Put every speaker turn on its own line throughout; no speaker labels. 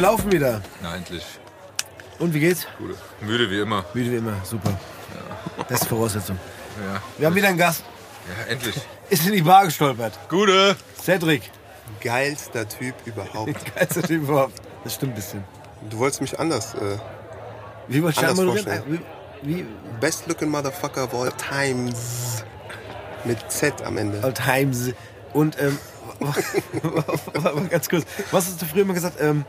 laufen wieder.
Na, endlich.
Und wie geht's?
Gute. Müde wie immer.
Müde wie immer, super. Beste Voraussetzung.
Ja,
Wir haben wieder einen Gast.
ja endlich.
Ist in die Bar gestolpert.
Gute.
Cedric.
Geilster Typ überhaupt.
Geilster Typ überhaupt. Das stimmt ein bisschen.
Du wolltest mich anders. Äh,
Wie wollt
Anders
ihr
vorstellen.
Wie?
best looking motherfucker of all times. Mit Z am Ende.
All times. Und, ähm, warte mal ganz kurz. Was hast du früher immer gesagt? Ähm,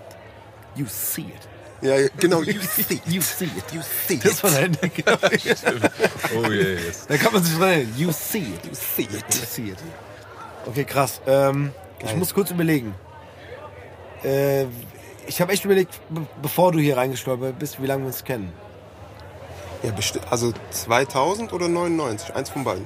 you see it.
Ja, ja, genau. You see. it.
You see it.
You see.
Das
It.
war dein Ding.
Oh yes.
Da kann man sich dran erinnern. You see it.
You see. It.
passiert. Okay, krass. Ähm, ich
Geil.
muss kurz überlegen. Äh, ich habe echt überlegt, be- bevor du hier reingestolpert bist, wie lange wir uns kennen.
Ja, besti- also 2000 oder 99? Eins von beiden.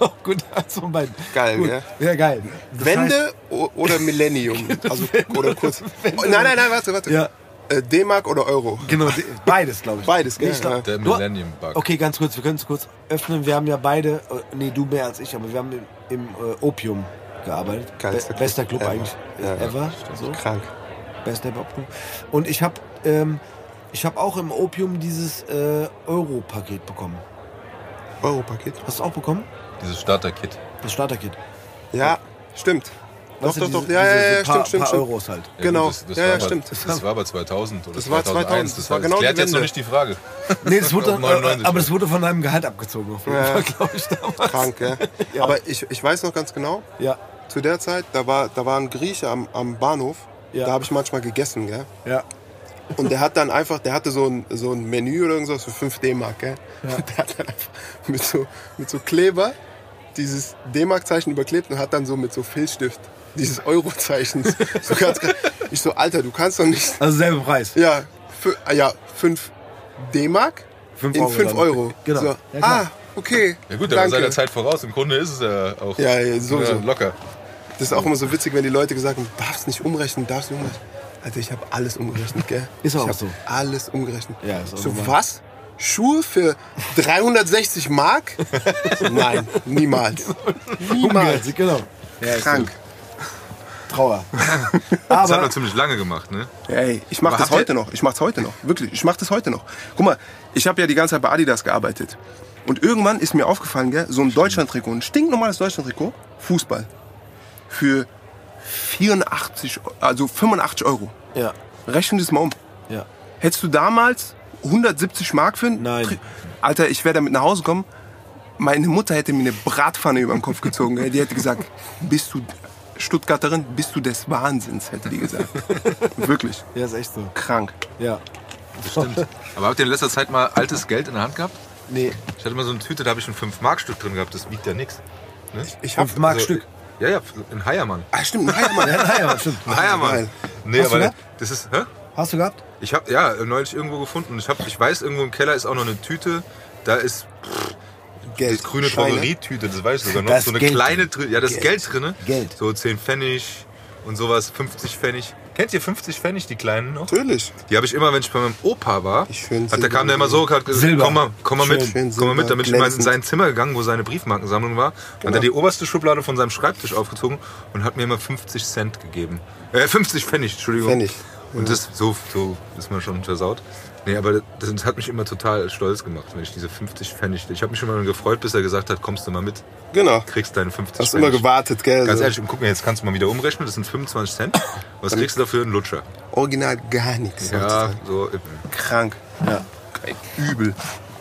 Oh, gut, eins von beiden.
Geil,
gut.
gell?
Ja, geil. Das heißt,
Wende o- oder Millennium. Also, oder kurz. Oh, nein, nein, nein, warte, warte.
Ja.
Äh, D-Mark oder Euro?
genau, die- beides, glaube ich.
Beides, gell?
Ich glaub-
Ja.
Der
Du-
Millennium Bug.
Okay, ganz kurz, wir können es kurz öffnen. Wir haben ja beide, äh, nee, du mehr als ich, aber wir haben im, im äh, Opium gearbeitet.
Geilster
Be bester
Club
Club
ever.
eigentlich äh,
Ja, ja,
ever. so.
Krank.
Bester Popcorn. Und ich habe ähm, ich habe auch im Opium dieses äh, Euro-Paket bekommen.
Euro-Paket?
Hast du auch bekommen?
Dieses Starter-Kit.
Das Starter-Kit.
Ja, stimmt.
Weißt du,
doch, doch,
diese-
doch. Ja,
diese-
ja,
so
ja, ja,
paar,
stimmt, stimmt,
paar
stimmt.
Euros halt.
Ja,
Genau.
das, das
Ja,
war
ja,
aber,
stimmt.
Das war aber 2000 oder
Das war
2001.
2000,
Das,
war
war,
genau
das klärt
die
jetzt noch
Wende.
nicht die Frage.
Nee, das wurde dann,
Auf 99,
äh, aber
ja.
das wurde von deinem Gehalt abgezogen. Auf jeden
Ja.
Fall, glaube ich, damals.
Krank, gell?
Ja.
Aber ich, ich weiß noch ganz genau,
Ja,
zu der Zeit, da war, da war ein Grieche am, am Bahnhof,
Ja.
da habe ich manchmal gegessen, gell?
ja.
Und der hat dann einfach, der hatte so ein, so ein Menü oder irgendwas für 5 D-Mark, gell? Und der hat dann einfach mit so, mit so Kleber dieses D-Mark-Zeichen überklebt und hat dann so mit so Filzstift dieses Euro-Zeichen so ganz krass. Ich so, Alter, du kannst doch nicht...
Also selber Preis.
Ja, fü- ah ja 5 D-Mark
Fünf
in
Euro
5
dann.
Euro.
Genau.
So,
Ja, klar.
ah, okay,
Ja gut, der war
danke.
seiner Zeit voraus. Im Grunde ist es ja auch
Ja, ja, so,
ja,
so.
locker.
Das ist auch immer so witzig, wenn die Leute gesagt haben, darfst nicht umrechnen, darfst nicht umrechnen. Alter, ich habe alles umgerechnet, gell?
Ist
ich
auch
hab
so.
alles umgerechnet.
Ja, ist auch
so,
normal.
was? Schuhe für 360 Mark? Nein, niemals. Niemals.
Umgerechnet, Genau. Ja, ist
Krank.
so. Trauer.
Das hat
aber
man ziemlich lange gemacht, ne?
Ey, ich mach
Aber
das
habt ihr-
heute noch. Ich mach's heute noch. Wirklich, ich mach das heute noch. Guck mal, ich habe ja die ganze Zeit bei Adidas gearbeitet. Und irgendwann ist mir aufgefallen, gell, so ein Deutschland-Trikot, ein stinknormales Deutschland-Trikot, Fußball, für 84, also 85 Euro.
ja,
Rechnen das mal um.
ja.
Hättest du damals 170 Mark für ein
Nein.
Tri- Alter, ich wäre damit nach Hause gekommen. Meine Mutter hätte mir eine Bratpfanne über den Kopf gezogen. gell. Die hätte gesagt, bist du Stuttgarterin, bist du des Wahnsinns, hätte die gesagt. Wirklich,
Ja, ist echt so.
krank.
Ja.
Stimmt. Aber habt ihr in letzter Zeit mal altes Geld in der Hand gehabt?
Nee,
Ich hatte mal so eine Tüte, da habe ich ein 5-Mark-Stück drin gehabt. Das wiegt ja nichts. Ne?
Ich hab, Also
fünf Mark Stück.
Ja, ja, in Heiermann.
Ah, stimmt, nein, Mann.
Ah, ja, stimmt.
Heiermann.
geil.
Nee,
Hast du
aber
gehabt?
das ist... Hä?
Hast du gehabt?
Ich habe ja neulich irgendwo gefunden. und Ich hab, ich weiß, irgendwo im Keller ist auch noch eine Tüte. Da ist
Geld,
das grüne
Scheine.
Drogerietüte, das weiß ich sogar noch.
Da ist
so eine
Geld
kleine, drin. ja, das ist Geld drin.
Geld.
So 10 Pfennig und sowas, 50 Pfennig. Kennt ihr 50 Pfennig, die kleinen noch?
Natürlich.
Die habe ich immer, wenn ich bei meinem Opa war,
Ich schön
hat, da kam der
Silber.
immer so, hat gesagt,
Silber.
komm mal, komm mal
Schön,
mit,
schön
komm mal mit,
Silber,
dann bin ich mal in
glänzend. Genau.
sein Zimmer gegangen, wo seine Briefmarkensammlung war, hat er die oberste Schublade von seinem Schreibtisch aufgezogen und hat mir immer 50 Cent gegeben. Äh, 50 Pfennig, Entschuldigung.
Pfennig.
Und das, so, so ist man schon versaut. Nee, aber das, das hat mich immer total stolz gemacht, wenn ich diese 50 Pfennig, ich habe mich immer gefreut, bis er gesagt hat, kommst du mal mit,
Genau.
kriegst deine 50
Hast immer gewartet, also- gell?
Ganz
So.
ehrlich, guck mir, jetzt kannst du mal wieder umrechnen, das sind 25 Cent. Was kriegst du dafür? Einen Lutscher.
Original gar nichts.
Ja,
heutzutage.
so, äh,
Krank.
Ja.
Übel.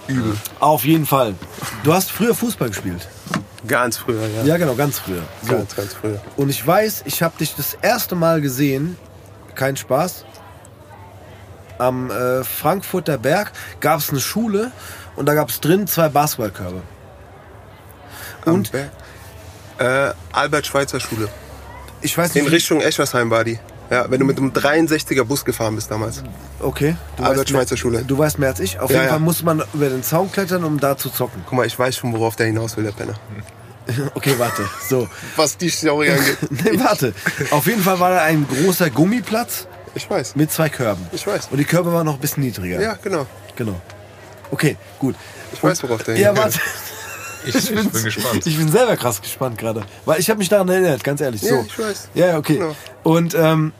Übel.
Auf jeden Fall. Du hast früher Fußball gespielt.
Ganz früher, ja.
Ja, genau, ganz früher. So.
Ganz, ganz früher.
Und ich weiß, ich habe dich das erste Mal gesehen, kein Spaß, am äh, Frankfurter Berg gab es eine Schule und da gab es drin zwei Basketballkörbe. Und
Am Berg. Äh, Albert Schweitzer Schule.
ich weiß nicht,
In
wie-
Richtung Eschersheim war die. Ja, wenn du mit einem 63er Bus gefahren bist damals.
Mhm. okay, du
Albert
weißt mehr-
Schweitzer Schule.
Du weißt mehr als ich. Auf
Ja,
jeden
ja.
Fall muss man über den Zaun klettern, um da zu zocken.
Guck mal, ich weiß schon, worauf der hinaus will, der Penner.
Okay, warte. So,
Was die Story angeht.
nee, warte. Auf jeden Fall war da ein großer Gummiplatz
Ich weiß.
mit zwei Körben.
Ich weiß.
Und die Körbe waren noch ein bisschen niedriger.
Ja, genau.
Genau. Okay, gut.
Ich weiß, worauf der
Ja,
will.
warte.
ich, ich bin gespannt.
Ich bin selber krass gespannt gerade. Weil ich habe mich daran erinnert, ganz ehrlich.
Ja,
Genau.
so.
ich weiß.
Ja, ja, okay.
Genau.
Und ähm,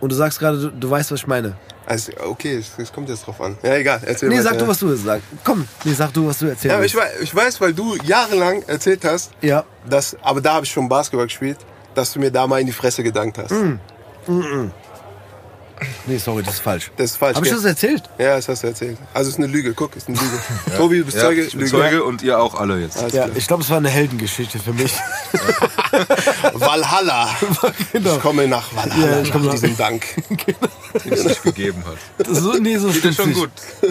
Und du sagst gerade, du, du weißt, was ich meine.
Also, okay, es, es kommt jetzt drauf an. Ja, egal, erzähl
Nee,
weiter,
sag du,
ja.
was du jetzt sagst. Komm, nee, sag du, was du erzählst.
Ja, aber ich, wei- ich weiß, weil du jahrelang erzählt hast,
Ja.
dass, aber da habe ich schon Basketball gespielt, dass du mir da mal in die Fresse gedankt hast.
Mhm. Nee, sorry, das ist falsch.
Das ist falsch,
Hab ich
gell?
das erzählt?
Ja, das hast du erzählt. Also es ist eine Lüge, guck, es ist eine Lüge. Tobi, du bist Zeuge,
ich bin
Lüge.
Zeuge und ihr auch alle jetzt.
Alles
Ja,
klar.
ich glaube, es war eine Heldengeschichte für mich.
Valhalla. Ich komme nach Valhalla,
Genau. Ja, ich komme
nach
nach-
diesem Dank.
die es sich gegeben hat.
So, nee, so
Geht
stimmt
schon
nicht.
gut.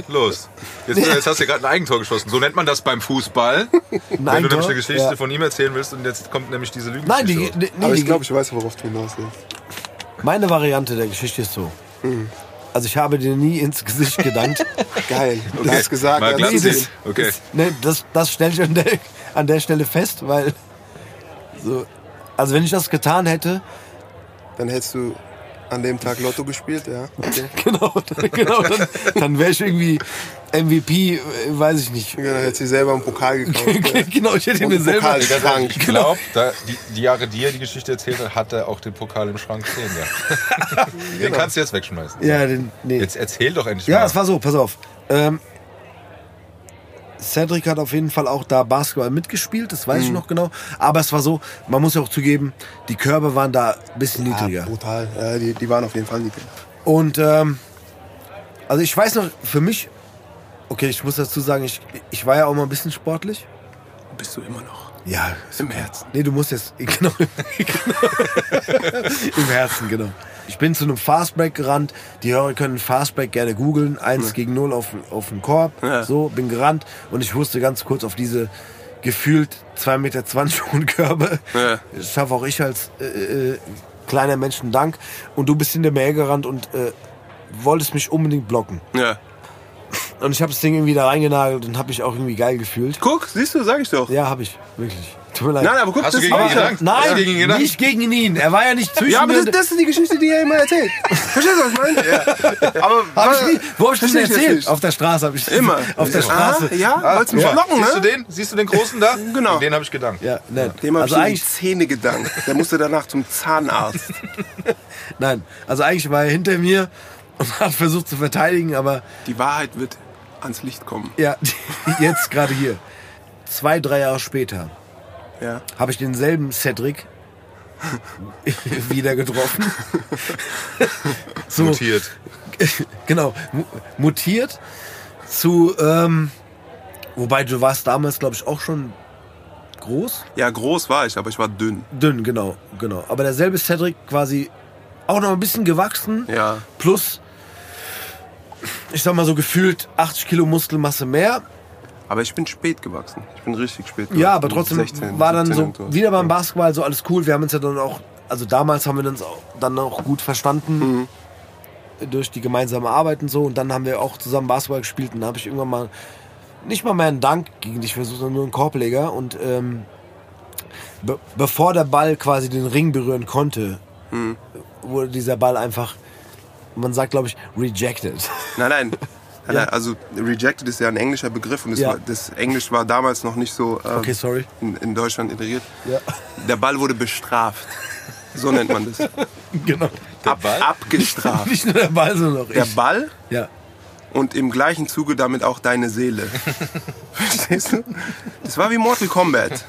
Los. Jetzt, jetzt hast du gerade ein Eigentor geschossen. So nennt man das beim Fußball. Wenn du
Eigentor?
nämlich eine Geschichte Also,
Ja.
von ihm erzählen willst und jetzt kommt nämlich diese Lügen.
Nein, die, nee,
aber
die,
ich glaube, ich weiß, worauf du hinaus willst.
meine Variante der Geschichte ist so.
Mhm.
Also ich habe dir nie ins Gesicht gedankt.
Geil, du hast gesagt.
Mal
hast
glatt
Nee,
gesehen.
sehen. Okay.
Das, ne, das, das stelle ich an der, an der Stelle fest, weil so, also wenn ich das getan hätte,
Dann hättest du an dem Tag Lotto gespielt, ja. Okay.
genau, dann, genau, dann, dann wäre ich irgendwie MVP, äh, weiß ich nicht.
Genau, hättest du selber einen Pokal gekauft. ja.
genau, ich hätte
Und
mir
einen
selber.
Pokal krank.
Ich
Genau.
glaube, die, die Jahre, die er die Geschichte erzählt hat, hat er auch den Pokal im Schrank stehen. Ja. den kannst du jetzt wegschmeißen.
Genau. Ja, den, nee.
Jetzt erzähl doch endlich
Ja,
mal.
es war so, pass auf. Ähm, Cedric hat auf jeden Fall auch da Basketball mitgespielt, das
Mhm.
weiß ich noch genau. Aber es war so, man muss ja auch zugeben, die Körbe waren da ein bisschen niedriger.
Ah, brutal. Ja, die, die waren auf jeden Fall niedrig.
Und ähm, also ich weiß noch, für mich, okay, ich muss dazu sagen, ich, ich war ja auch mal ein bisschen sportlich.
Bist du immer noch
Ja,
im Herzen.
nee, du musst jetzt, genau, im Herzen, genau. Ich bin zu einem Fastbreak gerannt. Die Hörer können Fastbreak gerne googeln. Eins gegen null auf, den- auf dem Korb.
Ja.
So, bin gerannt und ich wusste ganz kurz auf diese gefühlt 2,20 Meter hohen Körbe.
Ja.
Das schaffe auch ich als äh, äh, kleiner Menschen Dank. Und du bist hinter mir hergerannt und äh, wolltest mich unbedingt blocken.
Ja.
Und ich habe das Ding irgendwie da reingenagelt und habe mich auch irgendwie geil gefühlt.
Guck, siehst du, sag ich doch.
Ja, habe ich. Wirklich. Tut mir leid.
Nein, aber guck,
Hast
das
du
ne? ist
gegen ihn
auch-
gedankt?
Nein,
Hast du gegen ihn gedankt?
nicht gegen ihn. Er war ja nicht zwischen
Ja, aber das,
mir.
das ist die Geschichte, die er immer erzählt. Verstehst du, was ich meine? Aber
Hab ich nie, wo hab ich das
Versteh
denn
ich jetzt
erzählt?
nicht.
Auf der Straße habe ich das-
Immer.
Auf der Straße.
Ah, ja, wolltest du mich
Ja.
blocken,
Siehst du
ne?
den? Siehst du den Großen da?
Genau.
Den habe ich gedankt.
Ja, nein.
Dem hab
also
ich die
eigentlich,
Zähne gedankt. Der musste danach zum Zahnarzt.
nein. Also eigentlich war er hinter mir und hat versucht zu verteidigen, aber
Die Wahrheit wird ans Licht kommen.
ja, jetzt gerade hier. Zwei, drei Jahre später
Ja.
habe ich denselben Cedric wieder getroffen. so,
Mutiert.
genau, mu- mutiert zu, ähm, wobei du warst damals, glaube ich, auch schon groß.
Ja, groß war ich, aber ich war dünn.
Dünn, genau, genau. Aber derselbe Cedric quasi auch noch ein bisschen gewachsen.
Ja.
Plus, ich sag mal so gefühlt 80 Kilo Muskelmasse mehr.
Aber ich bin spät gewachsen. Ich bin richtig spät gewachsen.
Ja, aber trotzdem
16,
war dann
17
so
und sowas.
wieder beim Basketball so alles cool. Wir haben uns ja dann auch, also damals haben wir uns auch, dann auch gut verstanden durch die gemeinsame Arbeit und so. Und dann haben wir auch zusammen Basketball gespielt und da habe ich irgendwann mal nicht mal mehr einen Dank gegen dich versucht, sondern nur einen Korbleger. Und ähm, be bevor der Ball quasi den Ring berühren konnte, wurde dieser Ball einfach, man sagt glaube ich, rejected.
Nein, nein. Nein, nein, Also rejected ist ja ein englischer Begriff und das,
Ja.
war, das Englisch war damals noch nicht so ähm,
Okay, sorry.
in, in Deutschland integriert.
Ja,
Der Ball wurde bestraft. So nennt man das.
genau.
Ab,
Ball?
abgestraft.
Nicht nur der Ball, sondern auch
Der
ich.
Ball
Ja.
und im gleichen Zuge damit auch deine Seele. Verstehst du? Das war wie Mortal Kombat.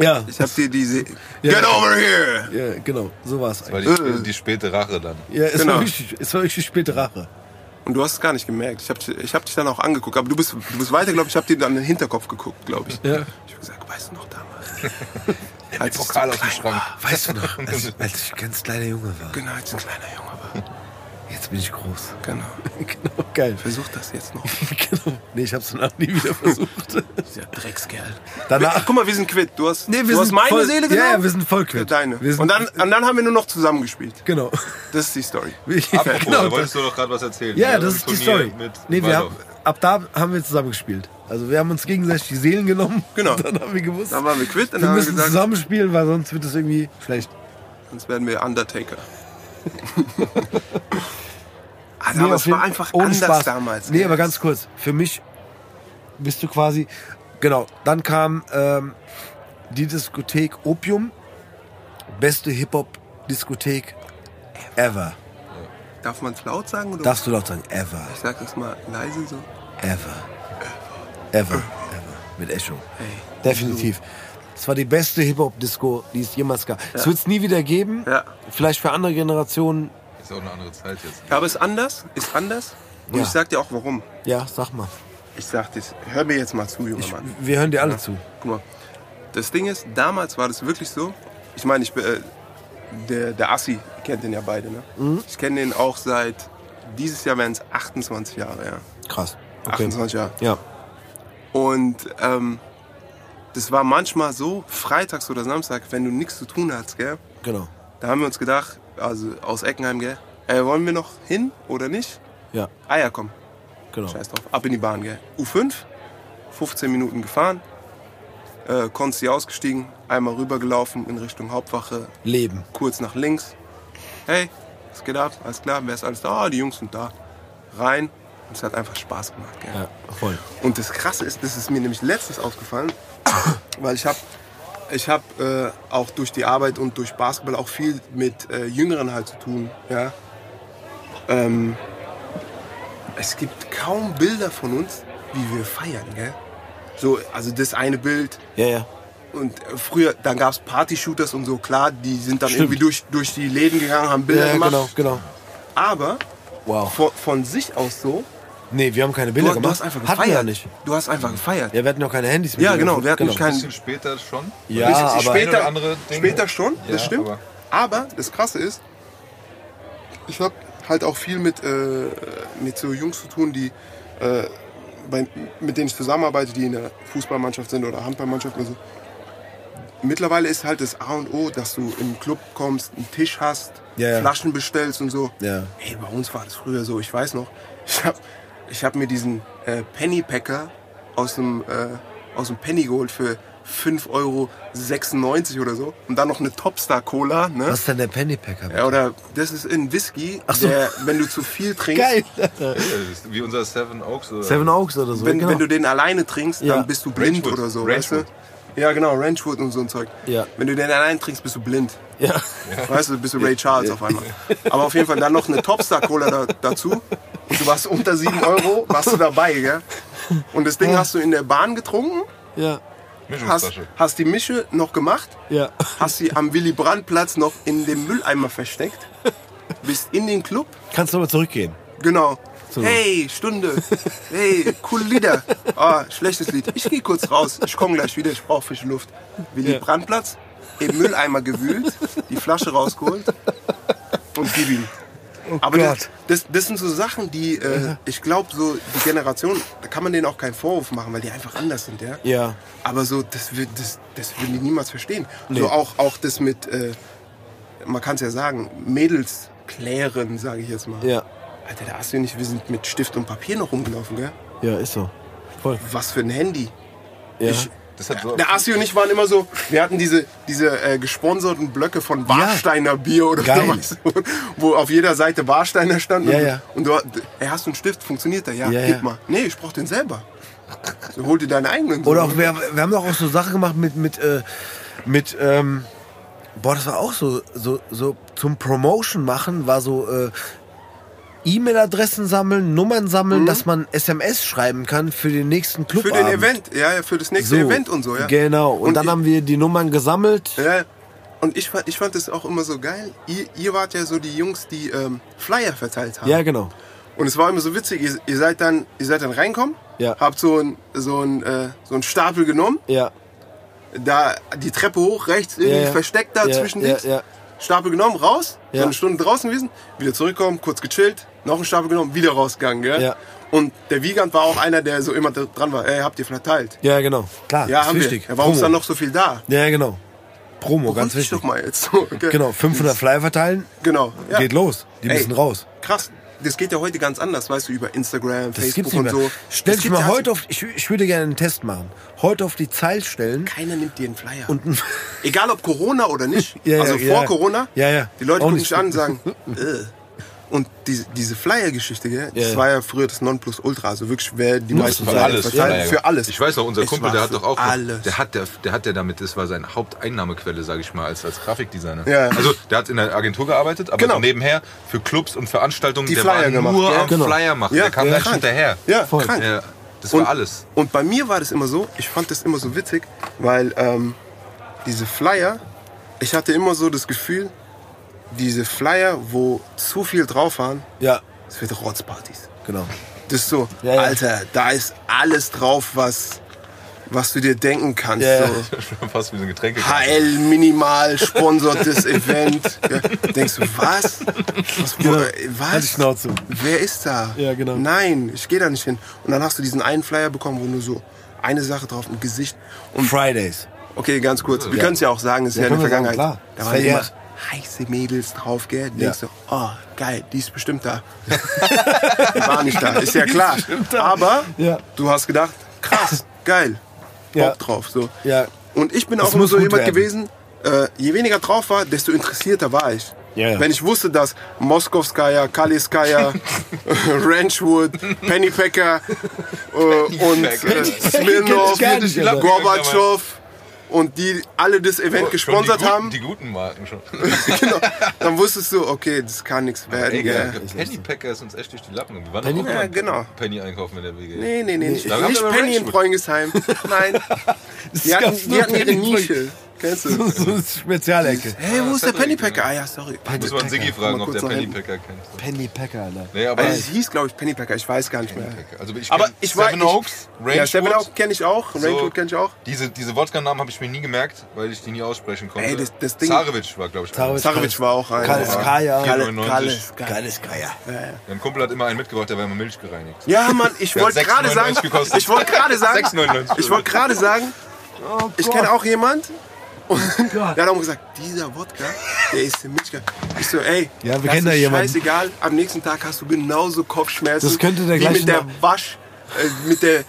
Ja,
Ich hab dir diese. Get over here!
ja, genau, so war es
War
eigentlich.
die, die späte Rache dann.
Ja, es,
Genau.
war wirklich, es war wirklich späte Rache.
Und du hast es gar nicht gemerkt. Ich hab, ich hab dich dann auch angeguckt. Aber du bist, du bist weiter, glaube ich. Ich hab dir dann in den Hinterkopf geguckt, glaube ich.
Ja.
Ich hab gesagt, weißt du noch damals? Als ich so
Pokal aus dem
klein
Schrank.
Weißt du noch, als, als ich ganz kleiner Junge war,
Genau, als ein kleiner Junge war.
jetzt bin ich groß.
Genau.
Genau, geil.
Versuch das jetzt noch.
Genau. Nee, ich hab's danach nie wieder versucht.
Dieser Dreckskerl.
Danach.
Guck mal, wir sind quitt. Du hast,
Nee, wir
du hast
sind
meine
voll-
Seele genommen.
Ja, ja, wir sind voll quitt.
Deine.
Wir sind-
und, dann, und dann haben wir nur noch zusammengespielt.
Genau.
Das ist die Story.
Apropos, da
genau.
wolltest du doch gerade was erzählen.
Ja,
Mit
das
eurem
ist die
Turnier
Story.
Mit
Nee, wir
Waldo.
haben, ab da haben wir zusammengespielt. Also wir haben uns gegenseitig die Seelen genommen.
Genau.
Und dann haben wir gewusst,
Dann waren wir quitt und
wir
dann haben wir
müssen
gesagt,
zusammenspielen, weil sonst wird es irgendwie schlecht.
sonst werden wir Undertaker. ah,
Nee,
aber
auf
es
jeden-
war einfach
ohne
anders
Spaß.
damals.
Nee,
ey.
aber ganz kurz. Für mich bist du quasi. Genau, dann kam ähm, die Diskothek Opium. Beste Hip-Hop-Diskothek ever.
Darf man es laut sagen? Oder?
Darfst du laut sagen, ever,
Ich sag das mal leise so.
ever, ever, ever. Mit Echo.
Hey.
Definitiv. Es war die beste Hip-Hop-Disco, die es jemals gab. Es wird es nie wieder geben.
Ja.
Vielleicht für andere Generationen.
Ist auch eine andere Zeit jetzt.
Aber ist anders, ist anders. Und
Ja.
ich sag dir auch warum.
Ja, sag mal.
Ich sag dir, hör mir jetzt mal zu, junger Mann.
Wir hören dir alle zu.
Guck mal, das Ding ist, damals war das wirklich so. Ich meine, ich bin, äh, der, der Assi kennt den ja beide, ne? Ich kenne den auch seit, dieses Jahr wären es 28 Jahre, ja.
Krass.
28 Jahre.
Ja.
Und ähm, das war manchmal so, freitags oder Samstag, wenn du nichts zu tun hast, gell?
Genau.
Da haben wir uns gedacht, also aus Eckenheim, gell? Ey, wollen wir noch hin oder nicht?
Ja,
Ah ja, komm,
genau.
Scheiß drauf, ab in die Bahn, gell? U5, 15 Minuten gefahren, äh, Konsti ausgestiegen, einmal rübergelaufen in Richtung Hauptwache,
Leben.
kurz nach links. Hey, was geht ab? Alles klar, wer ist alles da? Ah, die Jungs sind da. Rein. Und es hat einfach Spaß gemacht, gell?
Ja, voll.
Und das Krasse ist, das ist mir nämlich letztens aufgefallen, weil ich habe ich hab, äh, auch durch die Arbeit und durch Basketball auch viel mit äh, Jüngeren halt zu tun. Ja? Ähm, es gibt kaum Bilder von uns, wie wir feiern. Gell? So, also das eine Bild.
Ja, ja.
Und äh, früher, dann gab es Party-Shooters und so, klar, die sind dann
Stimmt.
irgendwie durch, durch die Läden gegangen, haben Bilder
Ja,
gemacht.
genau, genau.
Aber
Wow.
von, von sich aus so,
Nee, wir haben keine Bilder
du,
gemacht.
du hast einfach gefeiert.
Hatten wir ja nicht.
Du hast einfach gefeiert.
Ja, wir hatten noch keine Handys mit
Ja,
denen.
genau, wir hatten
Ein
kein-
bisschen später schon.
Ja,
Bisschen
aber
Ein oder
später,
andere Ding- Äh,
später schon,
Ja,
das stimmt.
aber-
Aber, das Krasse ist, ich habe halt auch viel mit, äh, mit so Jungs zu tun, die, äh, bei, mit denen ich zusammenarbeite, die in der Fußballmannschaft sind oder Handballmannschaft oder so. Mittlerweile ist halt das A und O, dass du im Club kommst, einen Tisch hast,
Ja, ja.
Flaschen bestellst und so.
Ja.
Ey, bei uns war das früher so, ich weiß noch. Ich habe ich hab mir diesen äh, Penny Packer aus dem, äh, aus dem Penny geholt für 5,96 Euro oder so. Und dann noch eine Topstar Cola, ne?
Was ist denn der Pennypacker?
Ja, Oder das ist in Whisky, der, wenn du zu viel trinkst,
Geil.
Das ist Wie unser Seven Oaks. Oder
Seven Oaks oder so.
wenn,
genau.
wenn du den alleine trinkst,
Ja.
dann bist du blind
Ranchwood.
oder so, weißt
Ranchwood.
du? Ja, genau, Ranchwood und so ein Zeug.
Ja.
Wenn du den alleine trinkst, bist du blind.
ja.
Weißt du, bist du Ray Charles auf einmal. Aber auf jeden Fall dann noch eine Topstar-Cola da, dazu. Und du warst unter 7 Euro, warst du dabei, gell? Und das Ding hast du in der Bahn getrunken,
ja,
hast,
Mischungsflasche.
hast die Mische noch gemacht,
ja,
hast sie am Willy-Brandt-Platz noch in dem Mülleimer versteckt, bist in den Club,
Kannst du nochmal zurückgehen?
genau. Hey, Stunde. Hey, coole Lieder. Ah, schlechtes Lied. Ich gehe kurz raus. Ich komme gleich wieder. Ich brauche frische Luft. Willy
Ja.
Brandplatz, im Mülleimer gewühlt, die Flasche rausgeholt und gib ihm. Aber das,
Oh Gott.
das, das sind so Sachen, die, äh, ich glaube, so die Generation, da kann man denen auch keinen Vorwurf machen, weil die einfach anders sind, ja.
Ja.
Aber so, das wird, das, das würden die niemals verstehen. So auch, auch das mit, äh, man kann es ja sagen, Mädels klären, sage ich jetzt mal.
Ja.
Alter, da hast du nicht, wir sind mit Stift und Papier noch rumgelaufen, gell?
Ja, ist so. Voll.
Was für ein Handy.
Ja.
Ich,
Das hat so
der Assi und ich waren immer so, wir hatten diese, diese äh, gesponserten Blöcke von Warsteiner Bier oder
Geil.
sowas, wo auf jeder Seite Warsteiner stand.
Ja,
und,
ja.
und du, ey, hast du einen Stift, funktioniert der? Ja,
Ja,
gib
ja.
mal. Nee, ich brauch den selber. So, hol dir deine eigenen.
Oder auch, wir, wir haben doch auch so Sachen gemacht mit, mit, äh, mit, ähm, boah, das war auch so, so, so zum Promotion machen, war so, äh, E-Mail-Adressen sammeln, Nummern sammeln, dass man SMS schreiben kann für den nächsten Club.
Mhm. für den Event, ja, ja, für das nächste Event und so, ja.
Genau. Und, dann
ich-
haben wir die Nummern gesammelt.
Ja, und ich, fand- ich fand das auch immer so geil. Ihr, ihr wart ja so die Jungs, die ähm, Flyer verteilt haben.
Ja, genau.
Und es war immer so witzig, ihr, ihr seid dann, ihr seid dann reinkommen,
Ja.
habt so einen so ein, äh, so ein Stapel genommen,
Ja.
da die Treppe hoch, rechts irgendwie
Ja, ja.
versteckt da
Ja,
zwischen
ja,
links.
ja.
Stapel genommen, raus,
Ja.
so eine Stunde draußen gewesen, wieder zurückkommen, kurz gechillt, noch einen Stapel genommen, wieder rausgegangen, gell?
Ja.
Und der Wiegand war auch einer, der so immer da dran war, ey, habt ihr verteilt?
Ja, genau. Klar.
Ja,
ist
haben
wichtig.
wir. Ja, warum ist
Promo.
dann noch so viel da?
Ja, genau. Promo, ganz
Beruhigt dich
wichtig.
doch mal jetzt. So, gell?
Genau. 500 Flyer verteilen,
Genau. ja.
geht los. Die
Ey.
müssen raus.
Krass, das geht ja heute ganz anders, weißt du, über Instagram,
Das
Facebook
gibt's nicht
und
mehr.
so.
Stell
Das
dich
gibt's
mal
ja- also
heute auf, ich, ich würde gerne einen Test machen. Heute auf die Zeil stellen.
Keiner nimmt dir einen Flyer.
Und ein-
Egal ob Corona oder nicht.
Ja, ja,
also
ja.
vor Corona,
Ja, ja.
die Leute
Auch
gucken
nicht.
dich an und sagen, äh. Und diese, diese Flyer-Geschichte, gell,
Ja.
das war ja früher das Nonplusultra. Also wirklich, wer die meisten
Für
Flyer
alles.
verteilt,
Flyer.
für alles.
Ich weiß noch, unser
Es
Kumpel,
war
der hat
für
doch auch. noch-
Alles.
Der hat der, der hat der damit, das war seine Haupteinnahmequelle, sage ich mal, als, als Grafikdesigner.
Ja.
Also der hat in der Agentur gearbeitet, aber
Genau.
so nebenher für Clubs und Veranstaltungen,
Die
der
Flyer
war
gemacht,
nur
ja.
am
Genau.
Flyer machen.
Ja,
der kam
ja,
da nicht
krank.
hinterher.
ja,
Voll.
krank.
Ja, das
Und-
war alles.
Und bei mir war das immer so, ich fand das immer so witzig, weil ähm, diese Flyer, ich hatte immer so das Gefühl, diese Flyer, wo zu viel drauf waren,
Ja,
es wird Rotzpartys.
genau.
Das ist so,
Ja, ja.
Alter, da ist alles drauf, was, was du dir denken kannst.
Ja, ja.
So.
Fast wie so ein Getränke.
HL Minimal sponsert das Event. Ja, denkst du, was? Was? äh,
Halt die
was?
Schnauze.
Wer ist da?
Ja, genau.
Nein, ich gehe da nicht hin. Und dann hast du diesen einen Flyer bekommen, wo nur so eine Sache drauf, ein Gesicht. Und
Fridays.
okay, ganz kurz, wir können es ja auch sagen, es ist ja, in
können
der
wir sagen,
Vergangenheit.
klar.
Da
Das
waren immer
verjährt.
heiße Mädels drauf, gell? Du
Ja.
Denkst du, oh, geil, die ist bestimmt da. die war nicht da, ist ja klar. Aber
Ja.
du hast gedacht, krass, geil, Bock
Ja.
drauf. So.
Ja.
Und ich bin auch immer
muss
so
gut
jemand
werden.
gewesen, äh, je weniger drauf war, desto interessierter war ich.
Ja, ja.
Wenn ich wusste, dass Moskowskaya, Kaliskaya, Ranchwood, Pennypacker äh, und äh, Smirnoff,
Kenn ich gar nicht, Alter.
Gorbatschow und die alle das Event
Oh,
gesponsert
die guten,
haben,
Die guten Marken schon.
genau, dann wusstest du, okay, das kann nichts werden.
Egal.
gell.
Pennypacker ist uns echt durch die Lappen. gegangen. Wir waren
Penny-
auch mal
Ja, genau.
Penny einkaufen in der WG.
Nee, nee, nee, nicht,
Da gab's
nicht
aber
Penny in
Ranchwood.
Bräunisheim. Nein, die
gab's
hatten,
nur
die hatten ihre
Penny in
Nische. Kennst du?
So eine Spezialecke.
Hey, wo ist der
hat er nicht
Pennypacker? Ah ja, sorry.
Muss man Siggi fragen,
Mal
ob
kurz
der
nach hinten.
Pennypacker kennt.
Penny Packer, Alter.
Nee, aber
Also es hieß, glaube ich, Pennypacker, ich weiß gar nicht mehr.
Pennypacker. Also ich
Aber
kenn
ich war.
Seven
ich-
Oaks, Rangewood.
Ja, Seven Oaks kenne ich auch,
So,
Rangewood kenne ich auch.
Diese, diese Wodka-Namen habe ich mir nie gemerkt, weil ich die nie aussprechen konnte.
Ey, das- das Ding-
Zarewitsch war, glaube ich.
Zarewitsch.
Zarewitsch.
Zarovic war auch ein.
Kaliskaya.
Kale-
94.
Kale-
Geiles Geier.
Mein Kumpel hat immer einen mitgebracht, der war immer Milch gereinigt.
Ja, Mann, ich
Der hat
wollte gerade
6,99
sagen,
gekostet.
ich wollte gerade sagen,
6,99.
ich wollte gerade sagen,
Oh
ich kenne auch jemand. Und der hat auch gesagt, dieser Wodka, der ist im Milchka. Ich so, ey,
Ja, wir
das
kennen da
ist
jemanden.
Scheißegal, am nächsten Tag hast du genauso Kopfschmerzen
Das könnte der
wie
gleiche
mit der
Name-
Wasch, äh, mit der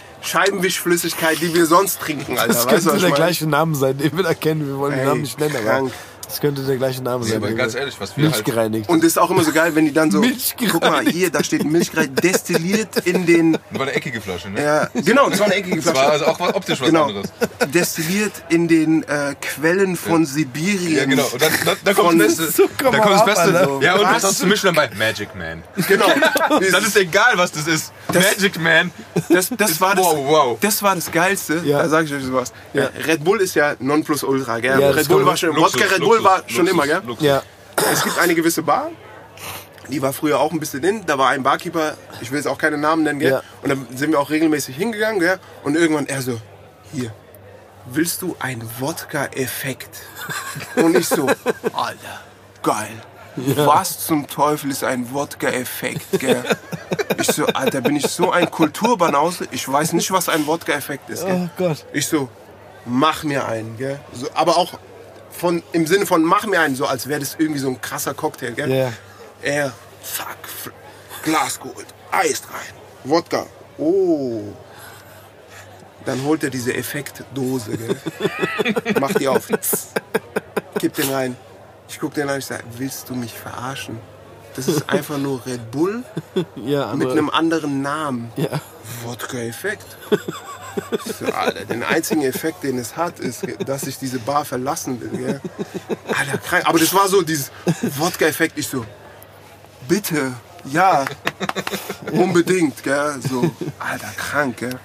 Scheibenwischflüssigkeit, die wir sonst trinken, Alter.
Das
weißt du,
könnte
was
der
ich meine?
gleiche Name sein, den wir da kennen. Wir wollen den
Ey,
Namen nicht nennen, aber
krank.
das könnte der gleiche Name sein.
aber
den
ganz
wir-
ehrlich, was wir
Nicht
halt-
gereinigt.
Und das ist auch immer so geil, wenn die dann so,
Milchgereinigt.
guck mal, hier, da steht Milchgereinigt, destilliert in den,
Das war eine eckige Flasche, ne?
ja, genau, das war eine eckige
Das war
Flasche.
also auch was- optisch was
Genau,
anderes.
destilliert in den äh, Quellen von Sibirien.
Ja, genau. Und dann, dann, dann kommt
Von-
das Beste.
So, komm mal
dann kommt das
ab,
Beste.
Alter.
Ja, und
Was?
was hast du mich dabei? Magic Man.
genau.
Dann ist egal, was das ist. Magic Man.
Das, das, war das,
Wow, wow.
das war das Geilste.
Ja.
Da sage ich euch sowas. Ja. Red Bull ist ja Nonplusultra, gell?
Ja, das
Red Bull
kann-
war schon,
Luxus,
Wodka Red Bull
Luxus,
war schon
Luxus,
immer, gell?
Luxus.
Ja,
Es gibt eine gewisse Bar, die war früher auch ein bisschen in. Da war ein Barkeeper, ich will jetzt auch keine Namen nennen, gell?
Ja.
Und dann sind wir auch regelmäßig hingegangen, gell? Und irgendwann er so, hier, willst du einen Wodka-Effekt? Und ich so, Alter, geil. Was zum Teufel ist ein Wodka-Effekt, gell? Ich so, Alter, bin ich so ein Kulturbanause? Ich weiß nicht, was ein Wodka-Effekt ist,
oh
gell?
Gott.
Ich so, mach mir einen, gell? So, aber auch von, im Sinne von mach mir einen, so als wäre das irgendwie so ein krasser Cocktail, gell?
Ja.
Er, zack, F- Glas geholt, Eis rein, Wodka. Oh. Dann holt er diese Effektdose, gell? macht die auf, kippt den rein. Ich guck den an, ich sag, willst du mich verarschen? Das ist einfach nur Red Bull
Ja,
mit
aber,
einem anderen Namen.
ja.
Wodka-Effekt. Ich so, Alter, den einzigen Effekt, den es hat, ist, dass ich diese Bar verlassen will. Gell? Alter, krank. Aber das war so dieses Wodka-Effekt. Ich so, bitte, ja, unbedingt. Gell? So, Alter, krank. Gell?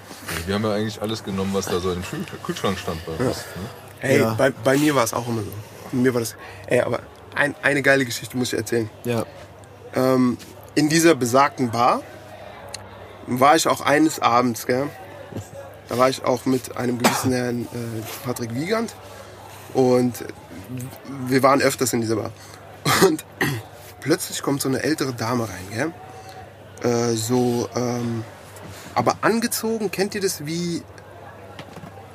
Wir haben ja eigentlich alles genommen, was da so im Kühl- Kühlschrank stand bei uns. Ne?
Ey,
Ja.
bei, bei mir war es auch immer so. Mir war das. Ey, aber ein, eine geile Geschichte muss ich erzählen.
ja.
ähm, in dieser besagten Bar war ich auch eines Abends, gell? Da war ich auch mit einem gewissen Herrn äh, Patrick Wiegand und wir waren öfters in dieser Bar. Und plötzlich kommt so eine ältere Dame rein, gell? Äh, so, ähm, aber angezogen, kennt ihr das wie,